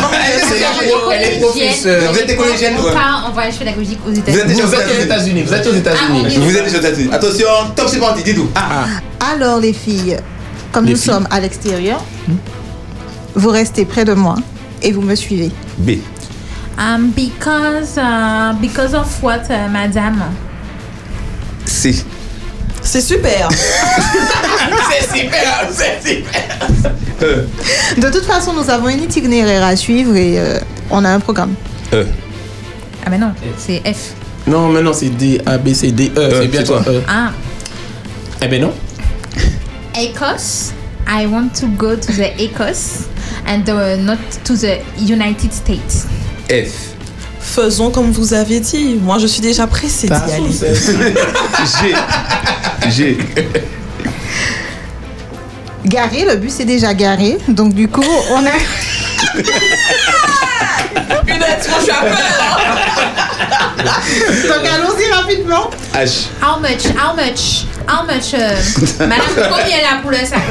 Elle est professeure. Vous êtes des collégiennes, On ouais. part en voyage pédagogique aux Vous êtes États-Unis. déjà Vous aux êtes aux États-Unis. États-Unis. Vous êtes aux États-Unis. Ah, Vous êtes déjà aux États-Unis. Attention, top, c'est parti, dis-nous. Ah, Alors les filles, comme Les nous filles. sommes à l'extérieur, vous restez près de moi et vous me suivez. B. Um, because, uh, because of what, uh, madame? Si. C'est super. c'est super, c'est super. Euh, De toute façon, nous avons un itinéraire à suivre et euh, on a un programme. euh. Ah, mais non, c'est F. Non, mais non, c'est D, A, B, C, D, E. Euh, c'est bien toi. E. Ah, Eh ben non. Ecos. I want to go to the Ecos and uh, not to the United States. F. Faisons comme vous avez dit. Moi, je suis déjà pressée d'y aller. G. G. Garé, le bus est déjà garé. Donc, du coup, on a. Punaise, moi, je suis à Donc, allons-y rapidement. H. How much? How much? How much? euh, Madame, combien là pour le sac?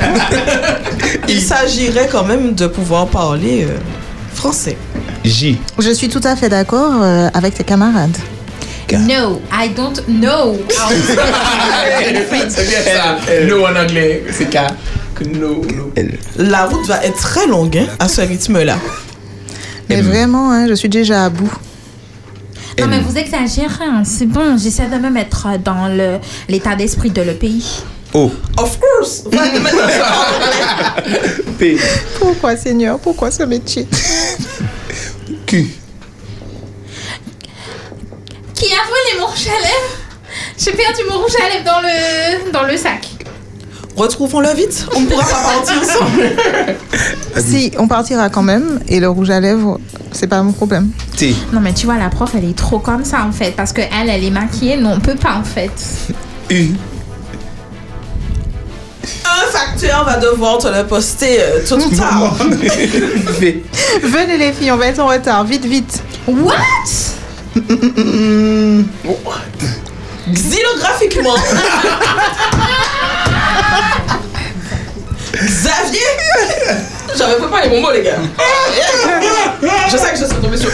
Il s'agirait quand même de pouvoir parler euh, français. J. Je suis tout à fait d'accord euh, avec tes camarades. No, I don't know. how to speak French. C'est bien ça. No en anglais, c'est K. Que No, no. La route va être très longue hein, à ce rythme-là. Mais vraiment, hein, je suis déjà à bout. Non, mais vous exagérez, hein, c'est bon, j'essaie de me mettre dans le- l'état d'esprit de le pays. Oh. O. Of course. P. Pourquoi, Seigneur Pourquoi ce métier Q. Qui a volé mon rouge à lèvres J'ai perdu mon rouge à lèvres dans le, dans le sac. Retrouvons-le vite. On ne pourra pas partir ensemble. Si, on partira quand même. Et le rouge à lèvres, c'est pas mon problème. T. Non, mais tu vois, la prof, elle est trop comme ça en fait, parce qu'elle, elle est maquillée, nous on peut pas en fait. U. Un facteur va devoir te le poster euh, tôt ou tard. V. Venez les filles, on va être en retard. Vite, vite. What Xylographiquement. Xavier J'avais pas parlé mon mot, les gars. Je sais que je serais tombée sur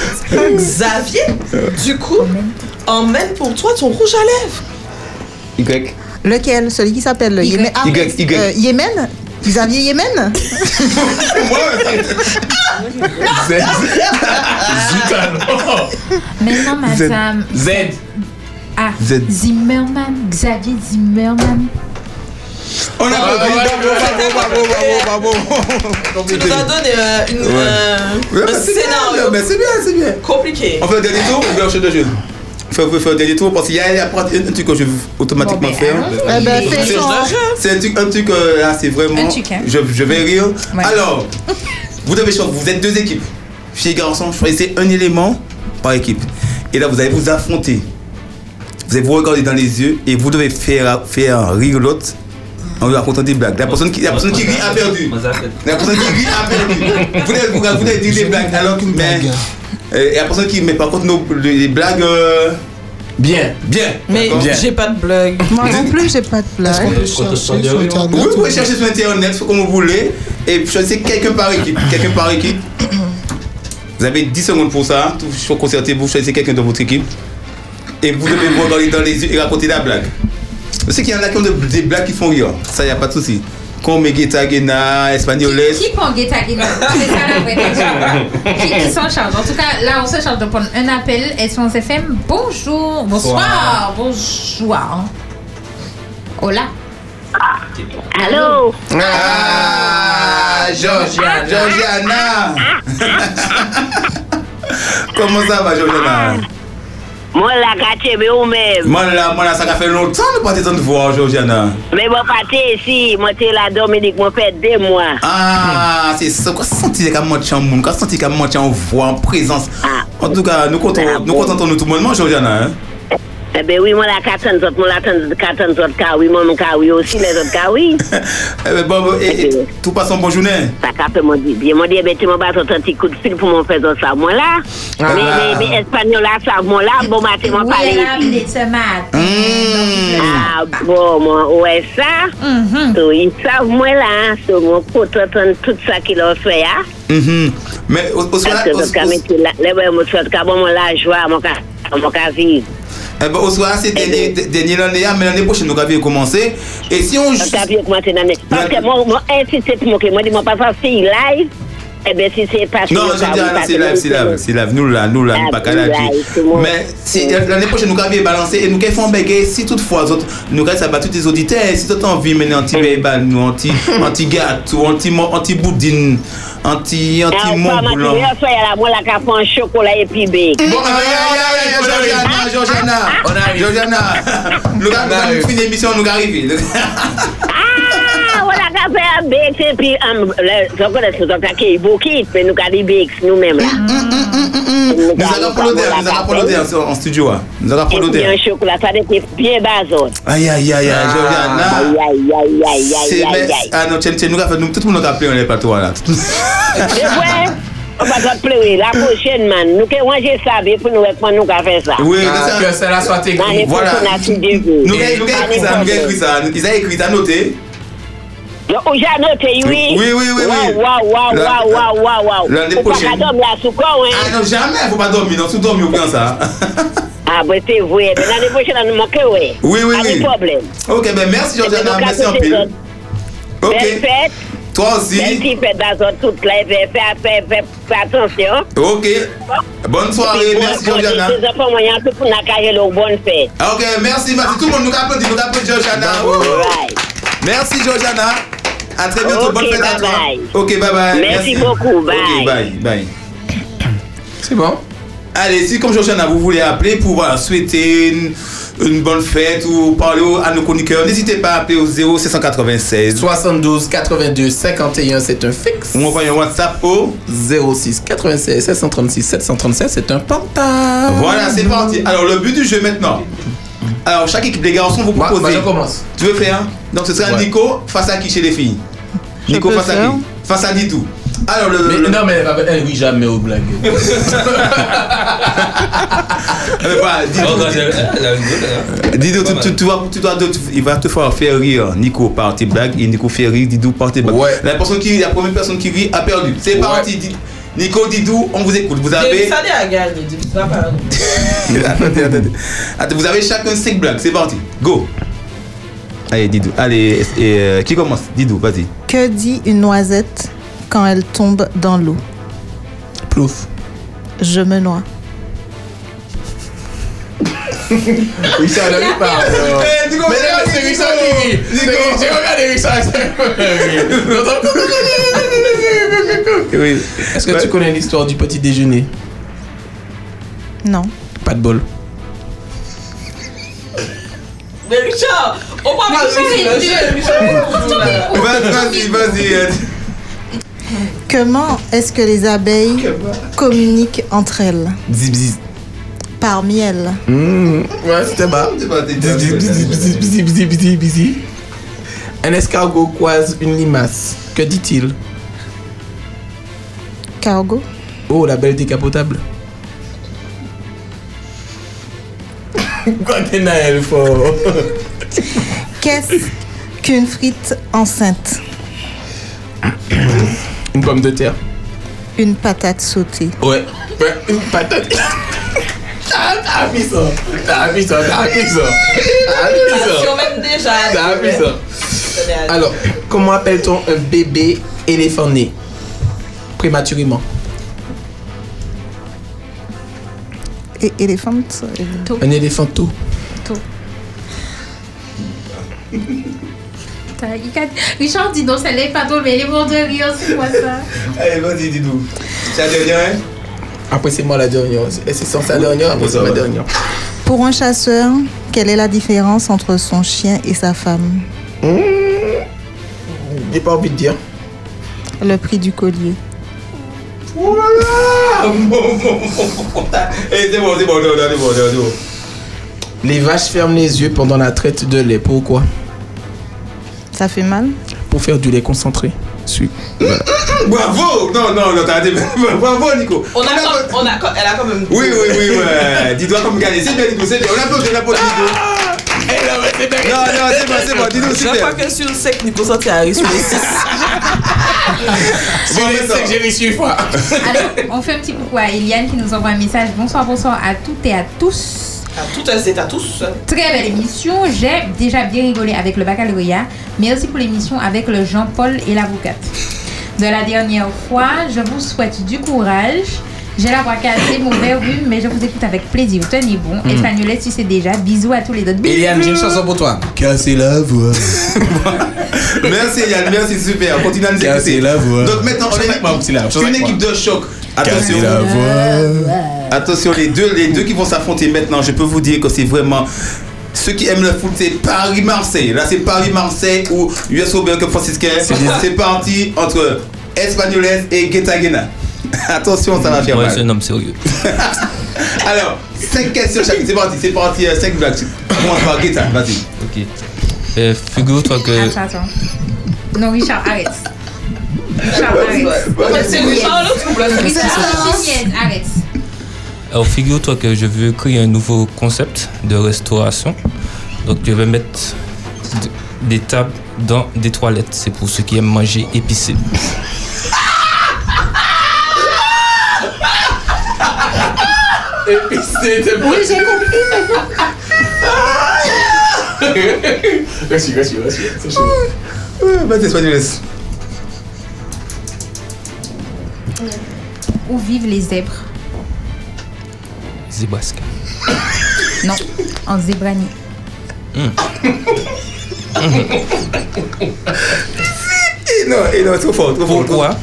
Xavier, du coup, emmène pour toi ton rouge à lèvres. Y. Lequel Celui qui s'appelle le Y. Yémen. Ah, Y, Y. euh, Yémen Xavier Yémen Z. Mais non, madame. Z. Ah, Z. Zimmerman, Xavier Zimmerman. On a Ah, compris. Bravo, bravo, bravo, bravo. Tu nous as donné euh, une, Ouais. euh, Ouais, un mais c'est bien, scénario mais c'est bien, c'est bien. compliqué. On fait un dernier tour ou bien on change de jeu Faut- faut faire un dernier tour parce qu'il y a, il y a un truc que je vais automatiquement faire. Eh ben, fais C'est- ça. C'est un truc, un truc euh, là, c'est vraiment. Un truc, hein. je, je vais rire. Ouais. Alors, vous devez choisir, vous êtes deux équipes. Filles et garçons, choisissez un élément par équipe. Et là, vous allez vous affronter. Vous allez vous regarder dans les yeux et vous devez faire, faire rire l'autre en lui racontant des blagues. La personne qui, la personne qui rit a perdu. La personne qui rit a perdu. Vous devez, vous vous devez dire des blagues alors que. Mais, euh, et la personne qui. Mais par contre, nos, les blagues. euh, Bien. bien. Mais D'accord j'ai pas de blague. Moi non plus, j'ai pas de blague. Oui, vous pouvez chercher sur internet comme vous voulez et choisissez quelqu'un par équipe. Quelqu'un par équipe. Vous avez 10 secondes pour ça. Tout faut concerter, vous choisissez quelqu'un de votre équipe. Et vous devez vous regarder dans les yeux et raconter la blague. Je sais qu'il y en a qui ont de- des blagues qui font rire. Ça, il n'y a pas de souci. Comme Guetta Guena, Espagnoles. Qui prend Guetta Guetta C'est ça la vraie question. qui, qui s'en charge En tout cas, là, on se charge de prendre un appel. Espérance FM, bonjour. Bonsoir. Bonsoir. Hola. Allô Ah, Georgiana, Georgiana. Comment ça va, Georgiana Moi la gâté mais ou même. Moi, là, moi, là, ça fait longtemps que je ne pas de voir, Georgiana. Mais moi pas t'es ici, moi t'es là Dominique, moi fait deux mois. Ah, c'est ça. Quoi senti qu'à moitié en monde, quoi senti qu'à moitié en voix, en présence. En tout cas, nous comptons, nous comptons nous tout le monde, Georgiana. Hein? Eh ben oui, moi la quatre ans autres, moi la quatre ans autres car oui, moi mon car oui aussi les autres car oui. Eh ben, bon, bon, et, et, tout passe en bonne journée. Ça qu'a fait mon dit bien, mon dit eh ben tu m'as battu un petit coup de fil pour m'en faire ça moi là. Ah. Mais mais mais espagnol là ça moi là, bon matin moi Oui, parler la ici. vie de ce matin. Ah, bon, moi, ouais, ça. So, ils savent, moi, là, sur mon pote, entendre tout ça qu'ils ont fait, hein. Mhm. Mais au, au soir, Parce que, au, parce que, au- mais, là, là, ouais, moi, soit, quand moi, la joie, mon cas, mon cas, vivre. eh ben, au soir, c'est dernier, dernier l'année, mais l'année prochaine, nous avons commencé. Et si on. Parce que, moi, c'est dans les- parce que, moi, moi, insister pour moi, que moi, dis, moi, pas faire fille live. Eh bien, si c'est pas Non, je dis, ah, non, c'est live, c'est live, c'est live. Nous, là, nous, là, nous, Ah, pas qu'à la live, vie. c'est moi. Mais si, euh, l'année prochaine, nous, avons balancé et nous, qu'elles font bégayer, si toutefois, autres, nous, qu'elles s'abattent tous les auditeurs, et si t'as envie, mais anti béba nous, anti, anti gâteau, anti, anti boudine, anti, Ah, anti ou pas, mont ma blanc. cuillère, soyez là, moi, la cape en chocolat et puis bé. Bon, ah, ah, ah, ah, Georgiana, Georgiana, Georgiana, nous, avons fini l'émission, nous, arrivons. Ah, voilà, qu'a fait un bex, et puis, um, le- je connais ce docteur qui est beau kit, mais nous, qu'a dit bex, nous-mêmes, là. Nous allons pour l'odeur, nous allons pour l'odeur en- en studio. hein. Nous allons pour Et puis, l'odeur. un chocolat, ça doit être bien basote. Aïe, aïe, aïe, aïe, Georgiana. Ah, Aïe, aïe, aïe, aïe, aïe, C'est aïe, aïe. mais- Ah non, tiens, tiens, nous, nous, tout le monde a appelé, on est pas toi, là. C'est vrai? On va pas pleurer. La prochaine, man. Nous, que moi, j'ai savé pour nous, comment nous, qu'a fait ça. Oui, c'est ça. L'année Voilà. prochaine, à tout début. Nous avons écrit ça, nous avons écrit ça, ils ont écrit ça, noté. Ou j'ai noté, oui. Oui, oui, oui, oui. Waouh, waouh, La- waouh, waouh, waouh, waouh. l'année Faut pas prochaine. qu'à dormir à Soukou, hein. Ah non, jamais, faut pas dormir, non, tout dormir, bien ça. Ah, ben c'est vrai. Mais l'année prochaine, on nous manque, oui. Oui, oui, Pas oui. de problème. Ok, ben merci, Et Georgiana, donc, à merci tous en les pile. autres. Ok. Belle fête. Toi aussi. Belle petite fête d'azot toute là. eh Fais, fais, fais, fais, fais attention. Ok. Oh, Bonne soirée, Puis, merci, bon, bon, Georgiana. Les enfants, moi, il y a un peu pour nous accueillir, donc, bonne fête. Ah, Ok, merci, merci. Tout le monde nous applaudit, nous applaudit, Georgiana. Merci, Georgiana. À très bientôt, Ok, bonne fête à bye toi. bye. Ok, bye bye. Merci beaucoup, bye. Ok, bye, bye. C'est bon. Allez, si comme Georgiana, vous voulez appeler pour voilà, souhaiter une, une bonne fête ou parler au- à nos chroniqueurs, n'hésitez pas à appeler au 0796 72 82 51, c'est un fixe. On envoie un WhatsApp au 06 96 736 737, c'est un portable. Voilà, c'est parti. Alors, le but du jeu maintenant. Alors, chaque équipe des garçons, vous Moi- proposez. moi, Bah, je commence. Tu veux faire Donc, ce sera Ouais. Nico face à qui chez les filles Nico peux face à faire. qui Face à Didou. Alors, le. Mais- non, mais eh, oui, jamais aux blagues. Euh, bah, Didou, Oh, hein. Didou, tu, tu- tu vas- tu dois- tu- il va te faire faire rire Nico par tes blagues et Nico fait rire Didou par tes blagues. La, personne qui, la première personne qui rit a perdu. C'est parti. Did- Nico, Didou, on vous écoute. Vous avez. Ça a gagné, dis-moi pas. attendez, attendez. Attends, vous avez chacun 5 blagues, c'est parti. Go. Allez, Didou. Allez, et, euh, qui commence Didou, vas-y. Que dit une noisette quand elle tombe dans l'eau Plouf. Je me noie. Richard, ne rit pas. alors. Eh, Nico, Mais non, regarde, c'est Nico. Richard qui rit. Nico. C'est- J'ai regardé Richard. c'est- Est-ce que tu connais l'histoire du petit déjeuner Non. Pas de bol. Mais Richard, on va pas jouer sur le jeu, Richard. Vas-y, vas-y, vas-y. euh, Comment est-ce que les abeilles communiquent entre elles Zip, zip. Par miel. Mmh. Ouais, c'était bas. Un escargot croise une limace. Que dit-il Cargo. Oh, la belle décapotable. Quoi qu'elle n'a, elle faut. Qu'est-ce qu'une frite enceinte Une pomme de terre. Une patate sautée. Ouais. Ouais, Une patate. T'as t'as mis ça. T'as mis ça. T'as mis ça. T'as mis ça. Attention, même déjà. T'as mis ça. Alors, comment appelle-t-on un bébé éléphant né Prématurément. Et éléphant. Un éléphant tout. Putain, il a- Richard dit non, ça l'est pas drôle, mais les morts de rire, c'est quoi ça Allez, Eh, vas-y, Didou. C'est la dernière, hein Après, c'est moi la dernière. Et c'est sans sa dernière, après, c'est ma dernière. Pour un chasseur, quelle est la différence entre son chien et sa femme Mmh. Hmm. J'ai pas envie de dire. Le prix du collier. Voilà Bon, Non, bon, bon, bon. Eh, c'est bon, c'est bon, c'est bon, c'est bon, c'est bon. Les vaches ferment les yeux pendant la traite de lait. Pourquoi Ça fait mal Pour faire du lait concentré. Su- Voilà. Bravo Non, Oh, non, non, t'as dit. Bravo, Nico. On a, quand- on a, quand- elle a quand même. Oui, oui, oui, ouais. Dis-toi comme gagner. C'est bien, Nico, c'est bien. On applaudit, on applaudit, Nico. Non, non, c'est bon, c'est bon. Dis-nous, Je crois super. que sur le 5, Nico Santé a réussi les 6. Sur les cinq, j'ai reçu une fois. Allez, on fait un petit coucou à Eliane qui nous envoie un message. Bonsoir, bonsoir à toutes et à tous. À toutes elles et à tous. hein. Très belle émission. J'ai déjà bien rigolé avec le baccalauréat. Merci pour l'émission avec le Jean-Paul et l'avocate. de la dernière fois. Je vous souhaite du courage. J'ai la voix cassée, mauvais rhume, mais je vous écoute avec plaisir. Tenez bon. Mm. Espanolette, tu sais déjà. Bisous à tous les autres. Eliane, j'ai une Bisous. chanson pour toi. Casser la voix. merci Yann, merci, super. Continue à nous écouter. la voix. Donc maintenant, on est une équipe de choc. Attention. Casser la voix. Attention, les deux, les deux qui vont s'affronter maintenant, je peux vous dire que c'est vraiment. Ceux qui aiment le foot, c'est Paris-Marseille. Là, c'est Paris-Marseille ou US Cup Franciscain. C'est des- C'est parti entre Espagnoles et Guetaguena. Attention, ça va faire Moi, Ah, mal. c'est un homme sérieux. Alors, 5 questions chacune. C'est parti, c'est parti. 5 blagues. Commence par Guetta, vas-y. Ok. Euh, Figure-toi que. Attends, attends. Non, Richard, arrête. Richard, arrête. c'est Richard, l'autre, ou l'autre Richard, Chimienne, arrête. Alors figure-toi que je veux créer un nouveau concept de restauration. Donc je vais mettre d- des tables dans des toilettes. C'est pour ceux qui aiment manger épicé. Et puis c'était Oui, j'ai compris. Merci, merci, merci. C'est chaud. Vas-y, Espagnoles. Où vivent les zèbres Zébasque. Non, en zébranie. Et non, et non, trop fort, trop fort. Pourquoi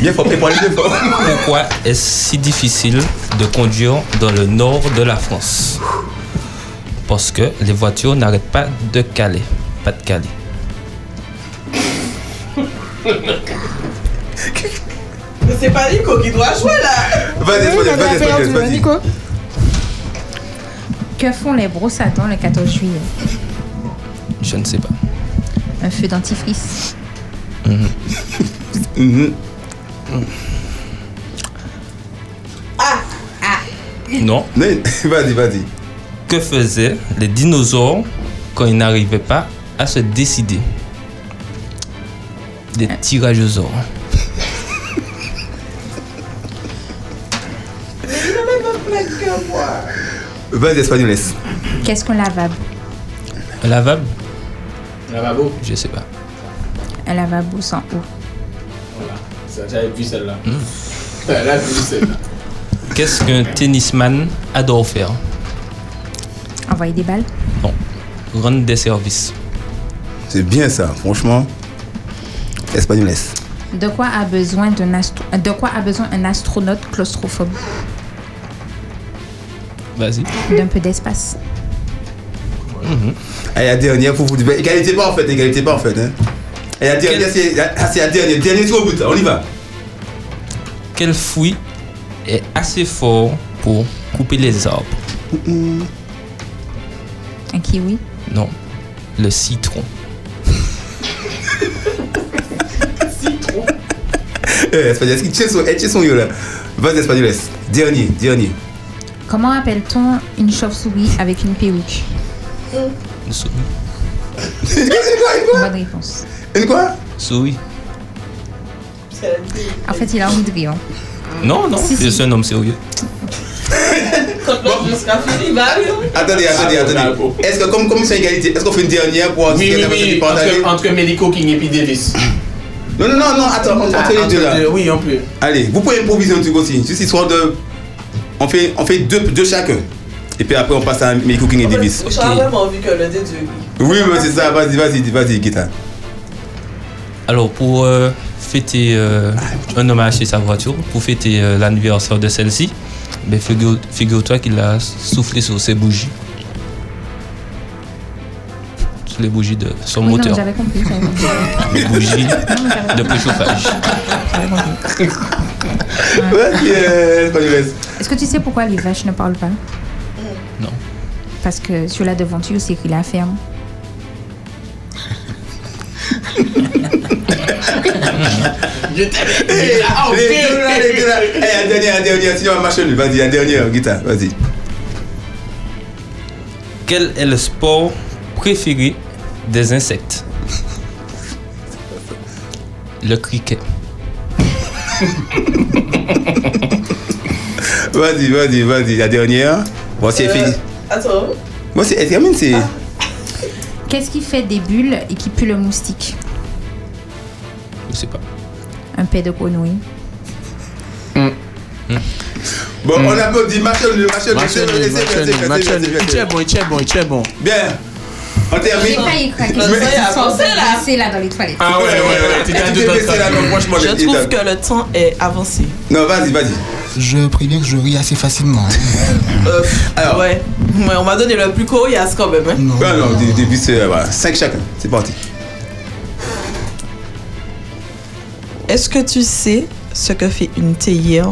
Bien fort, préparez bien fort. Pourquoi est-ce si difficile de conduire dans le nord de la France Parce que les voitures n'arrêtent pas de Calais. Pas de Calais. Mais c'est pas Nico qui doit jouer là Vas-y, Espagnoles, vas-y, Espagnoles, vas-y. Que font les brosses à dents le 14 juillet Je ne sais pas. Un feu dentifrice. Mhm. Non. Vas-y, vas-y. Que faisaient les dinosaures quand ils n'arrivaient pas à se décider Des tirageosaures. Vas-y, Espagnoles. Qu'est-ce qu'on lavable Un lavabo Lavabo Je sais pas. Un lavabo sans eau. Voilà. Ça, J'avais vu celle-là. Elle a vu celle-là. Qu'est-ce qu'un tennisman adore faire Envoyer des balles. Rendre des services. C'est bien ça, franchement. Espagnoles. De quoi a besoin, d'un astro- de quoi a besoin un astronaute claustrophobe Vas-y. D'un peu d'espace. Allez, Mhm. la dernière pour vous. Ben, Égalité pas en fait, égalité pas en fait. Hein. Et la dernière, c'est la, ah, c'est la dernière. Dernier tour au but, on y va. Quel fruit est assez fort pour couper les arbres Un kiwi. Non. Le citron. Eh, Espagnoles, qui tient son, elle tient son yo là. Vas-y, Espagnoles. Dernier, dernier. Comment appelle-t-on une chauve-souris avec une perruque Bonne réponse. Une quoi Souris. En fait, il a envie de rire. hein. Non, non, je suis un homme sérieux. Quand l'autre jusqu'à fini, va Attendez, Ah, attendez, attendez. Est-ce que comme, comme c'est égalité, est-ce qu'on fait une dernière pour Oui, qu'il oui, y en a personne qui oui, part d'aller entre, entre Medico King et puis Davis. Non, non, non, non, Ah, attends, on- on fait les deux, là. Oui, on peut. Allez, vous pouvez improviser un truc aussi, juste histoire de. On fait, on fait deux, deux chacun. Et puis après, on passe à Mary Cooking et Davis. J'aurais vraiment envie que le dé du. Oui, mais c'est ça, vas-y, vas-y, vas-y, Guita. Alors, pour euh, fêter, euh, un homme a acheté sa voiture pour fêter euh, l'anniversaire de celle-ci. Mais figure- figure-toi qu'il a soufflé sur ses bougies. Sur les bougies de son Oui, non, mais moteur. j'avais compris. j'avais compris. Les bougies de préchauffage. Vas-y, euh, Espagnoles. Est-ce que tu sais pourquoi les vaches ne parlent pas Non. Parce que sur la devanture, c'est écrit la ferme. Eh, ah, les deux là, les deux là. Eh, la dernière, la dernière, sinon on va marcher nul. Vas-y, la dernière, Guita, vas-y. Quel est le sport préféré des insectes Le cricket. Vas-y, vas-y, vas-y, la dernière. Bon, c'est fini. Attends. Bon, c'est. elle termine, c'est. Qu'est-ce qui fait des bulles et qui pue le moustique Je sais pas. Un peu de conouille. Bon, on applaudit Machel, le Machel, Match le nul, laissez, match laissez, nul, match laissez, nul. laissez. Tu es bon, tu es bon, tu es bon. Bien. On termine. J'ai failli craquer. Mais- C'est là dans les toilettes. Ah ouais, ouais, ouais. Tu t'es baissé là, non, franchement, Je les- trouve les- que le temps est avancé. Non, vas-y, vas-y. Je préviens que je ris assez facilement. Alors. Ouais. Ouais, on m'a donné le plus coriace Oh, quand ben, même. hein. Non, non, dé- début, c'est. euh, Voilà, 5 chacun. C'est parti. Est-ce que tu sais ce que fait une théière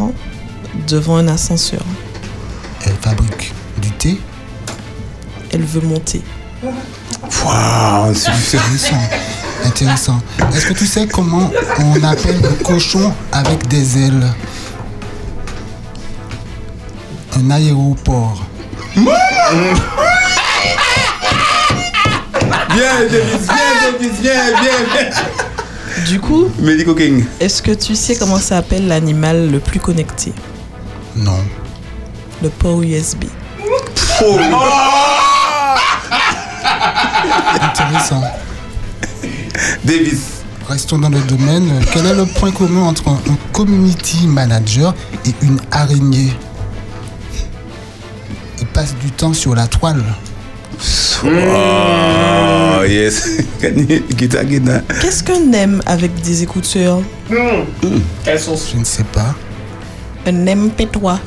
devant un ascenseur Elle fabrique du thé. Elle veut monter. Waouh, c'est intéressant. Intéressant. Est-ce que tu sais comment on appelle le cochon avec des ailes Un aéroport. Bien, Davis, bien, Davis, bien, bien, Du coup, Medico King. Est-ce que tu sais comment s'appelle l'animal le plus connecté Non. Le port USB. Oh. Intéressant. Davis. Restons dans le domaine. Quel est le point commun entre un un community manager et une araignée Il passe du temps sur la toile. Oh, yes. Guita, guita. Qu'est-ce qu'un aime avec des écouteurs Hmm. Quelles sont Je ne sais pas. Un MP3.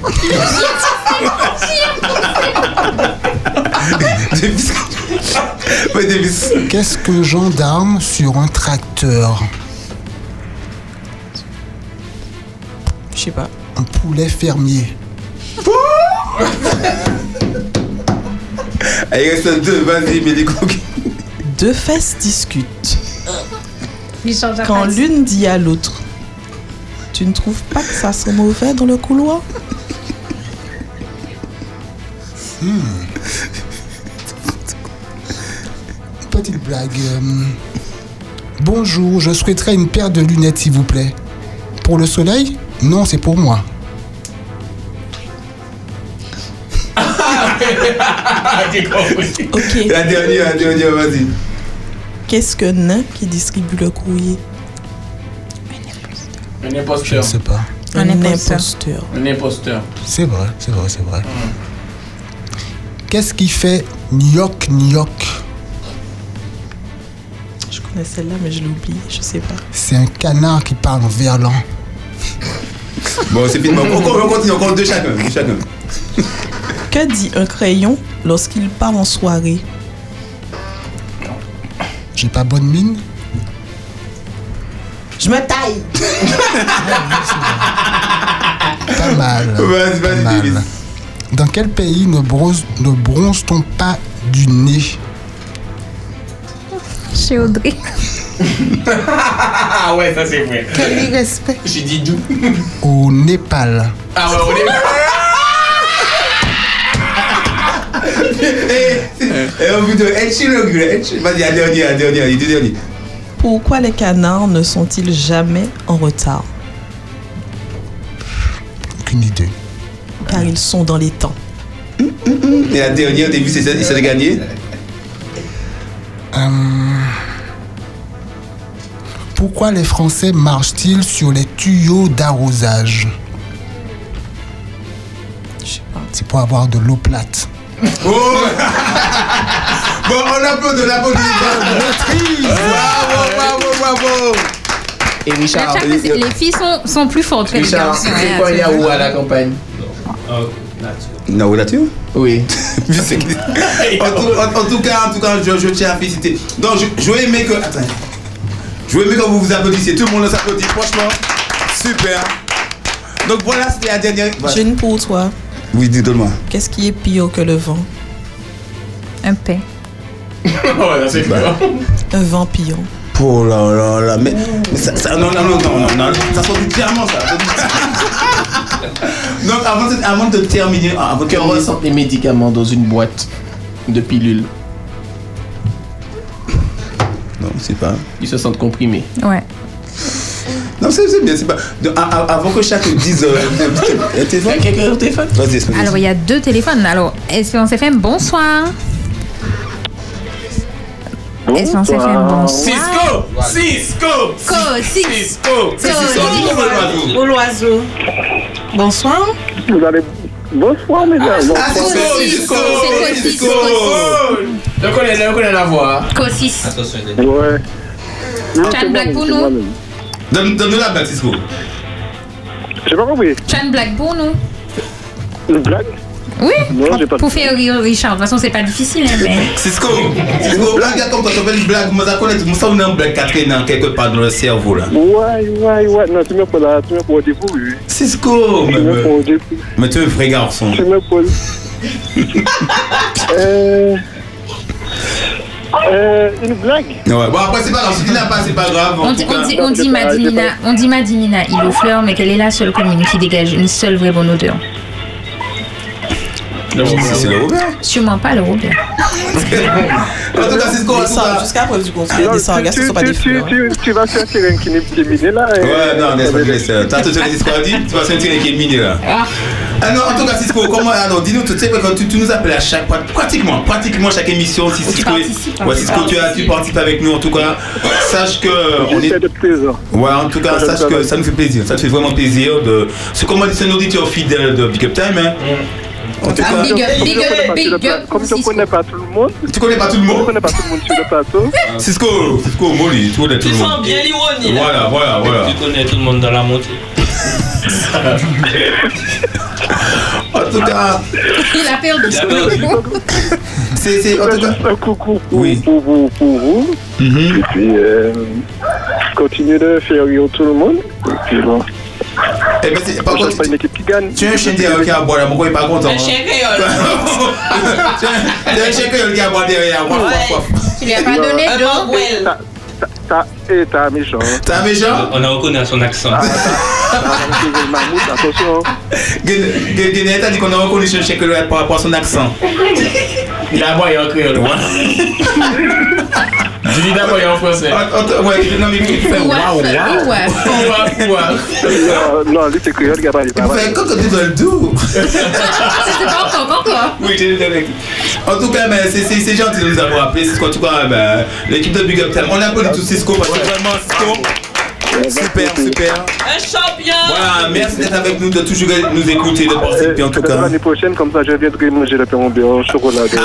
Davis. Ouais, Davis. Qu'est-ce que gendarme sur un tracteur Je sais pas. Un poulet fermier. Ah, Il reste deux, vas-y, Medico King. Deux fesses discutent. Échange à Quand face. l'une dit à l'autre, tu ne trouves pas que ça sent mauvais dans le couloir Hmm. Petite blague. euh, Bonjour, je souhaiterais une paire de lunettes, s'il vous plaît. Pour le soleil Non, c'est pour moi. Ah, Ok. La dernière, la dernière, vas-y. Qu'est-ce qu'un nain qui distribue le courrier Un imposteur. Je sais pas. Un imposteur. Un imposteur. C'est vrai, c'est vrai, c'est vrai. Qu'est-ce qui fait gnoc gnoc Je connais celle-là, mais je l'ai oubliée. Je sais pas. C'est un canard qui parle en verlan. Bon, c'est fini. mais On on continue, encore deux chacun. Deux chacun. Que dit un crayon lorsqu'il part en soirée J'ai pas bonne mine Je me taille Pas mal. Vas-y, vas-y, Mal. Davis. Dans quel pays ne, bronze- ne bronze-t-on pas du nez Chez Audrey. Ah ouais, ça c'est vrai. Quel irrespect. J'ai dit d'où Au Népal. Ah ouais, on est. Eh, Et on vous donne, elle chie eh, le gueule, elle chie. Vas-y, la dernière, la dernière, les deux derniers. Pourquoi les canards ne sont-ils jamais en retard Aucune idée. Car ils sont dans les temps. Et la dernière, au début, c'est celle c'est celle gagnée. Hum. Pourquoi les Français marchent-ils sur les tuyaux d'arrosage C'est pour avoir de l'eau plate. Oh Bon, on applaudit, on applaudit. Bravo, bravo, bravo. Et Richard. euh, Chaque- les filles sont, sont plus fortes que les Richard, garçons. c'est hein, quoi c'est- Yahoo à la campagne Non, la nature Oui. en, tout, en- en tout cas, en tout cas, je, je tiens à féliciter. Donc, je, je vais aimer que. Attends. Je vais aimer quand vous vous applaudissez. Tout le monde s'applaudit. Franchement, super. Donc voilà, c'était la dernière. J'ai une pour toi. Oui, dis moi Qu'est-ce qui est pire que le vent Un paix. Ouais, c'est Bah, clair. Un vampire. Oh là là là, mais, mais ça, ça- non, non, non, non, non, non, ça sort du diamant, ça. Donc avant de, avant de terminer, ah, avant de Que terminer, ressentent les médicaments dans une boîte de pilules non, c'est pas. Ils se sentent comprimés. Ouais. Non, c'est c'est bien, c'est pas. de- a- a- avant que chacun dise. Euh, le téléphone. Quelqu'un au téléphone Vas-y, explique. Alors, il y a deux téléphones. Alors, Espérance FM, bonsoir. Essentiellement. Cisco Cisco Cisco C'est Cisco Pour l'oiseau. Bonsoir. Vous allez. Bonsoir, mes gars. Ah, Bonsoir. Cisco Cisco Cisco Je connais, je connais la voix. Cosis. Attention, Ouais. T'as une blague pour nous Donne-nous la blague, Cisco. J'ai pas compris. T'as une blague pour nous Une blague Oui Non, j'ai pas Pour faire rire Richard. De toute façon, c'est pas difficile, hein, mais. Cisco, Cisco, blague, attends, quand on fait une blague, moi, ça connaît, nous sommes dans une blague Catherine, dans quelque part dans le cerveau, là. Ouais, ouais, ouais. Non, tu me prends là, tu me prends au défaut, oui. Cisco Tu me prends au défaut. Oh, Mais tu es un vrai garçon. Tu me prends. Euh. Euh, une blague Ouais, bon, après, c'est pas grave, si tu n'as pas, c'est pas grave. en On dit, tout on cas. dit, on dit Madinina, on dit Madinina, il aux fleurs, mais qu'elle est la seule commune qui dégage une seule vraie bonne odeur. C'est le Robert. Sûrement pas le Robert. En tout cas, Cisco, en tout cas. Jusqu'à preuve du contraire, Non, des sargasses, tu, ce sont pas tu- des tu- fleurs. tu- tu vas sur un terrain qui n'est qui est miné là. et- Ouais, non, laisse-moi, je laisse. euh, T'as tout les Cisco a dit, tu vas sentir qu'il est miné, là. Ah non, en tout cas, Cisco, comment. Alors, dis-nous, tu sais, quand tu, tu nous appelles à chaque. Pratiquement, pratiquement chaque émission, si Cisco. participes, hein. Ouais, Cisco, tu, as, tu participes avec nous, en tout cas. Sache que. On est... J'essaie de plaisir. Ouais, en tout cas, Voilà, sache ça que va. ça nous fait plaisir. Ça nous fait vraiment plaisir de. C'est comme on dit, c'est un auditeur fidèle de Big Up Time, hein. En tout cas, Mm. Ah, big up, big up, big up. Comme tu ne connais pas tout le monde. Tu connais pas tout le monde Tu connais pas tout le monde sur le plateau. Cisco, Cisco, Molly, tout le tout Tu le sens monde. bien l'ironie. là. Voilà, voilà, voilà. Tu connais tout le monde dans la montée. En tout cas, Il a perdu. Il a perdu. c'est. c'est- En tout cas. Un coucou pour, pour vous. Pour vous. Mhm. Et puis, euh, continuez de faire rire tout le monde. Et puis, bon. Eh ben, c'est pas Je cherche pas une équipe qui gagne. Tu es un chien derrière qui a boire là, pourquoi il est pas content hein? Chien créole. Tu es un- tu es un chien créole qui a boire derrière. waf, waf, waf. Tu lui as pas donné Un manguel. T'as, et t'as méchant. T'as un méchant On a reconnu à son accent. Ah, Mahmoud, attention. hein. Guinée a dit qu'on a reconnu ce chien créole par rapport à son accent. Il a boyé en créole. Je dis d'abord il est en français. Ah, Attends, ouais, je non, mais il fait waouh, waouh. Ouah, ouah. Non, non, lui, c'est créole, il a pas il a pas- Fait coco du bol doux. C'était pas encore, encore. Oui, j'ai avec. En tout cas, ben, c'est- c'est c'est gentil de nous avoir appelés. Cisco, en tout cas, ben, l'équipe de Big Up Time. On applaudit tous Cisco parce que vraiment, Cisco, super, super. Un champion. Voilà, merci d'être avec nous, de toujours nous écouter, de participer en tout Peut-être cas. Ah, L'année prochaine, comme ça, je viendrai manger le pain au beurre au chocolat. Ah.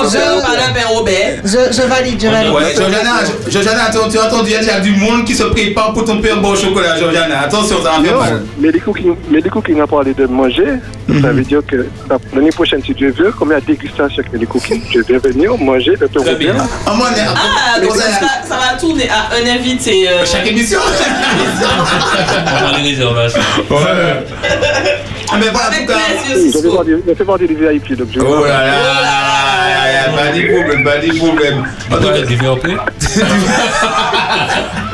Un Robert, pas le père Robert. Je, je valide, je valide. Ouais, Georgiana, Jo- Georgiana, attends, tu as entendu, il y a déjà du monde qui se prépare pour ton pain bon au chocolat, Georgiana. Attention, ça va faire Non, mal. mais du coup, qui- mais du coup, qui n'a parlé de manger, Mhm. ça veut dire que la- l'année prochaine, si Dieu veut, comme il y a dégustation avec les cookies, je vais venir manger le pain au beurre. Ah, moi, on est- Ah, donc ça, va- ça va tourner à un invité. euh, Chaque émission On a les réservations. Ouais. Ah, mais voilà, en tout Avec cas. plaisir, Je vais Cisco. voir des- je vais voir des VIP, donc je Oh là là là là là là, pas de problème, pas de problème. En tout cas, développé.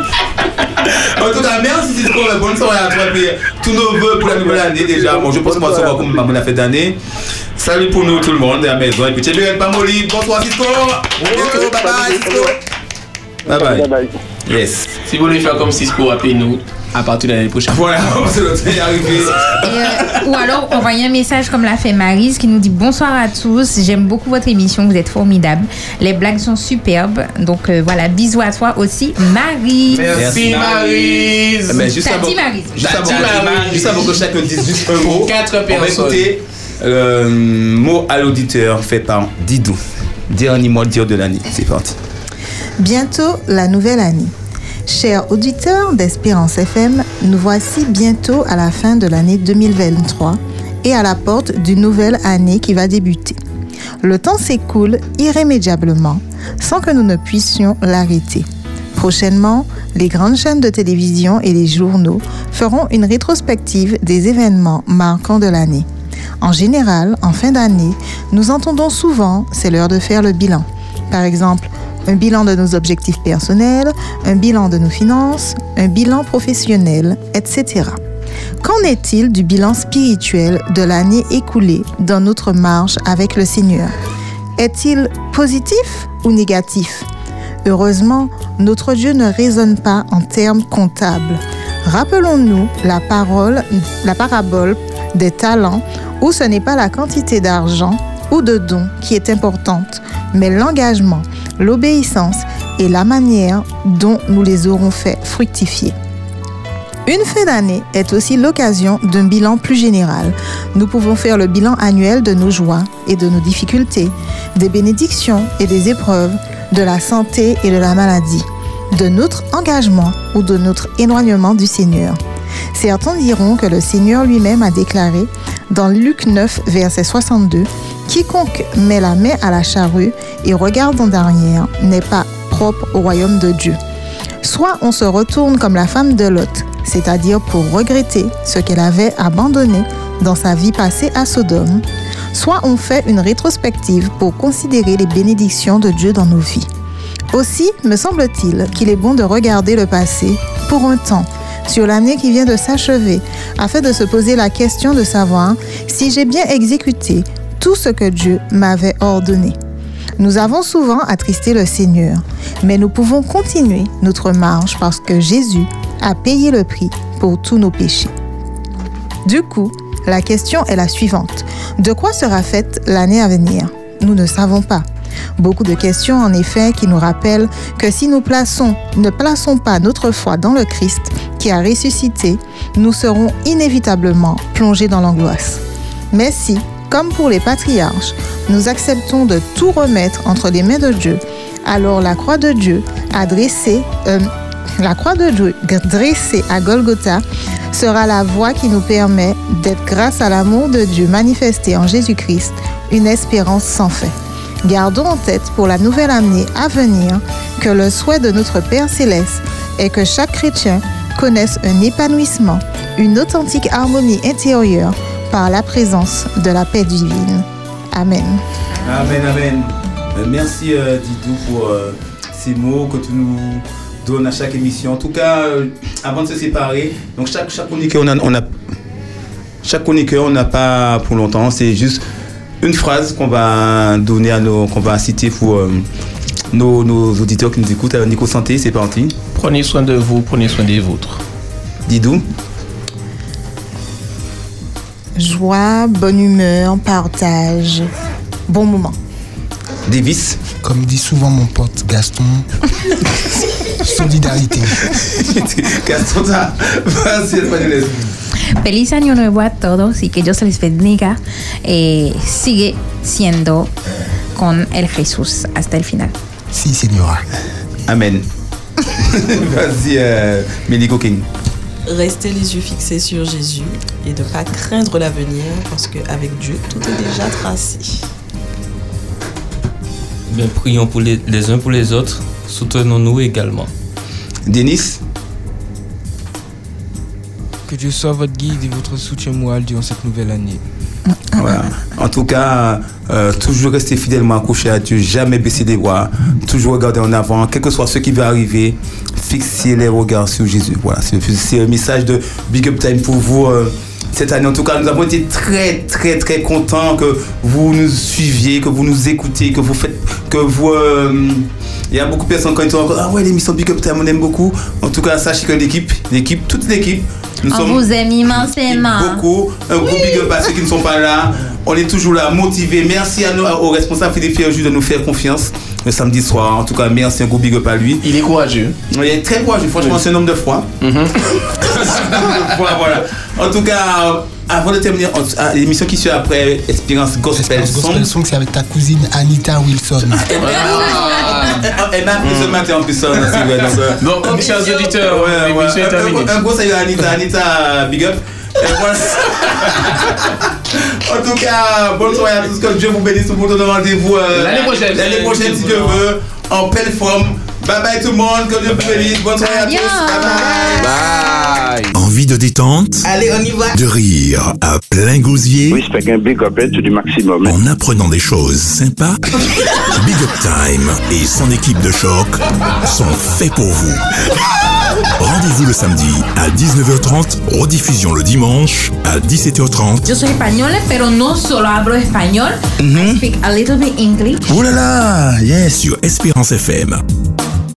En tout cas, merci Cisco, bonne soirée à toi. puis tous nos voeux pour la nouvelle année déjà. Bon, je pense qu'on va se voir comme maman la fête d'année. Salut pour nous tout le monde à la maison. Et puis, tu es pas molli. Bonsoir Cisco. Cisco, bye bye Cisco. Bye bye. Yes. Si vous voulez faire comme Cisco, appelez-nous à partir de l'année prochaine. Voilà, c'est le train est arrivé. Et, euh, ou alors envoyez un message comme l'a fait Marise qui nous dit bonsoir à tous, j'aime beaucoup votre émission, vous êtes formidables, les blagues sont superbes, donc euh, voilà, bisous à toi aussi Marise. Merci, Marise. Mais Eh ben, juste Tati avant, Maryse. juste avant, Tati Maryse. juste avant que chacun dise juste un mot, Quatre on va personnes. écouter euh, mot à l'auditeur fait par Didou. Dernier mot de dire de l'année. C'est parti. Bientôt la nouvelle année. Chers auditeurs d'Espérance FM, nous voici bientôt à la fin de l'année 2023 et à la porte d'une nouvelle année qui va débuter. Le temps s'écoule irrémédiablement sans que nous ne puissions l'arrêter. Prochainement, les grandes chaînes de télévision et les journaux feront une rétrospective des événements marquants de l'année. En général, en fin d'année, nous entendons souvent c'est l'heure de faire le bilan. Par exemple, un bilan de nos objectifs personnels, un bilan de nos finances, un bilan professionnel, etc. Qu'en est-il du bilan spirituel de l'année écoulée dans notre marche avec le Seigneur Est-il positif ou négatif Heureusement, notre Dieu ne raisonne pas en termes comptables. Rappelons-nous la, parole, la parabole des talents où ce n'est pas la quantité d'argent ou de dons qui est importante, mais l'engagement, l'obéissance et la manière dont nous les aurons fait fructifier. Une fin d'année est aussi l'occasion d'un bilan plus général. Nous pouvons faire le bilan annuel de nos joies et de nos difficultés, des bénédictions et des épreuves, de la santé et de la maladie, de notre engagement ou de notre éloignement du Seigneur. Certains diront que le Seigneur lui-même a déclaré dans Luc 9, verset 62, Quiconque met la main à la charrue et regarde en arrière n'est pas propre au royaume de Dieu. Soit on se retourne comme la femme de Lot, c'est-à-dire pour regretter ce qu'elle avait abandonné dans sa vie passée à Sodome, soit on fait une rétrospective pour considérer les bénédictions de Dieu dans nos vies. Aussi, me semble-t-il qu'il est bon de regarder le passé pour un temps, sur l'année qui vient de s'achever, afin de se poser la question de savoir si j'ai bien exécuté tout ce que Dieu m'avait ordonné. Nous avons souvent attristé le Seigneur, mais nous pouvons continuer notre marche parce que Jésus a payé le prix pour tous nos péchés. Du coup, la question est la suivante. De quoi sera faite l'année à venir Nous ne savons pas. Beaucoup de questions en effet qui nous rappellent que si nous plaçons, ne plaçons pas notre foi dans le Christ qui a ressuscité, nous serons inévitablement plongés dans l'angoisse. Mais si, comme pour les patriarches, nous acceptons de tout remettre entre les mains de Dieu, alors la croix de Dieu adressée, euh, la croix de Dieu dressée à Golgotha sera la voie qui nous permet d'être, grâce à l'amour de Dieu manifesté en Jésus-Christ, une espérance sans fin. Gardons en tête pour la nouvelle année à venir que le souhait de notre Père céleste est que chaque chrétien connaisse un épanouissement, une authentique harmonie intérieure par la présence de la paix divine. Amen. Amen, amen. Euh, merci euh, Didou pour euh, ces mots que tu nous donnes à chaque émission. En tout cas, euh, avant de se séparer, donc chaque, chaque chroniqueur, on a, on a- chaque chroniqueur, on n'a pas pour longtemps. C'est juste une phrase qu'on va donner à nos, qu'on va citer pour euh, nos, nos auditeurs qui nous écoutent. Alors, Nico Santé, c'est parti. Prenez soin de vous, prenez soin des vôtres. Didou. Joie, bonne humeur, partage, bon moment. Davis. Comme dit souvent mon pote Gaston, solidarité. Gaston, ça, vas-y, elle va nous laisser. Feliz año nuevo a todos y que Dios les bendiga. Eh, sigue siendo con el Jesús hasta el final. Si, Seigneur. Amen. vas-y, euh, Mélico King. Rester les yeux fixés sur Jésus et ne pas craindre l'avenir parce qu'avec Dieu, tout est déjà tracé. Ben, prions pour les, les uns pour les autres, soutenons-nous également. Denis Que Dieu soit votre guide et votre soutien moral durant cette nouvelle année. Voilà. En tout cas, euh, toujours rester fidèlement accroché à Dieu, jamais baisser les bras, toujours regarder en avant, quel que soit ce qui va arriver, fixer les regards sur Jésus. Voilà, c'est c'est un message de Big Up Time pour vous. euh, cette année, en tout cas, nous avons été très, très, très contents que vous nous suiviez, que vous nous écoutez, que vous faites, que vous. euh, il y a beaucoup de personnes qui ont dit Ah ouais, l'émission Big Up Time, on aime beaucoup. En tout cas, sachez que l'équipe, l'équipe, toute l'équipe, nous On sommes vous aime immensément. beaucoup. Un gros big up à ceux qui ne sont pas là. On est toujours là, motivés. Merci à nos, aux responsables Philippe Fierjus de nous faire confiance le samedi soir. En tout cas, merci, un gros big up à lui. Il est courageux. Mhm. Il est très courageux. Franchement, c'est un homme de froid. voilà, voilà. En tout cas, avant de terminer, on- à l'émission qui suit après, Experience Gospel Song. Gospel Song, c'est avec ta cousine Anita Wilson. Elle m'a appelé ce matin en plus, ça, c'est vrai. Donc, euh, Donc, mes chers auditeurs, ouais, ouais. l'émission est Un- un- terminée. Un, gros salut à Anita, Anita, big up. Et voilà. en tout cas, bonne soirée à tous, que Dieu vous bénisse, nous vous donne rendez-vous euh, L'année prochaine. l'année prochaine, si Dieu veut, en pleine forme. Bye bye tout le monde, que Dieu vous bénisse, bonne soirée à tous. Bye bye. Envie de détente Allez, on y va. De rire à plein gosier Oui, c'est un big up du maximum. hein. en apprenant des choses sympas. Big Up Time et son équipe de choc sont faits pour vous. Rendez-vous le samedi à 19h30, rediffusion le dimanche à 17h30 Yo soy española, pero no solo hablo Mm-hmm. español. I speak a little bit English. Oh là là, yes, sur Espérance FM.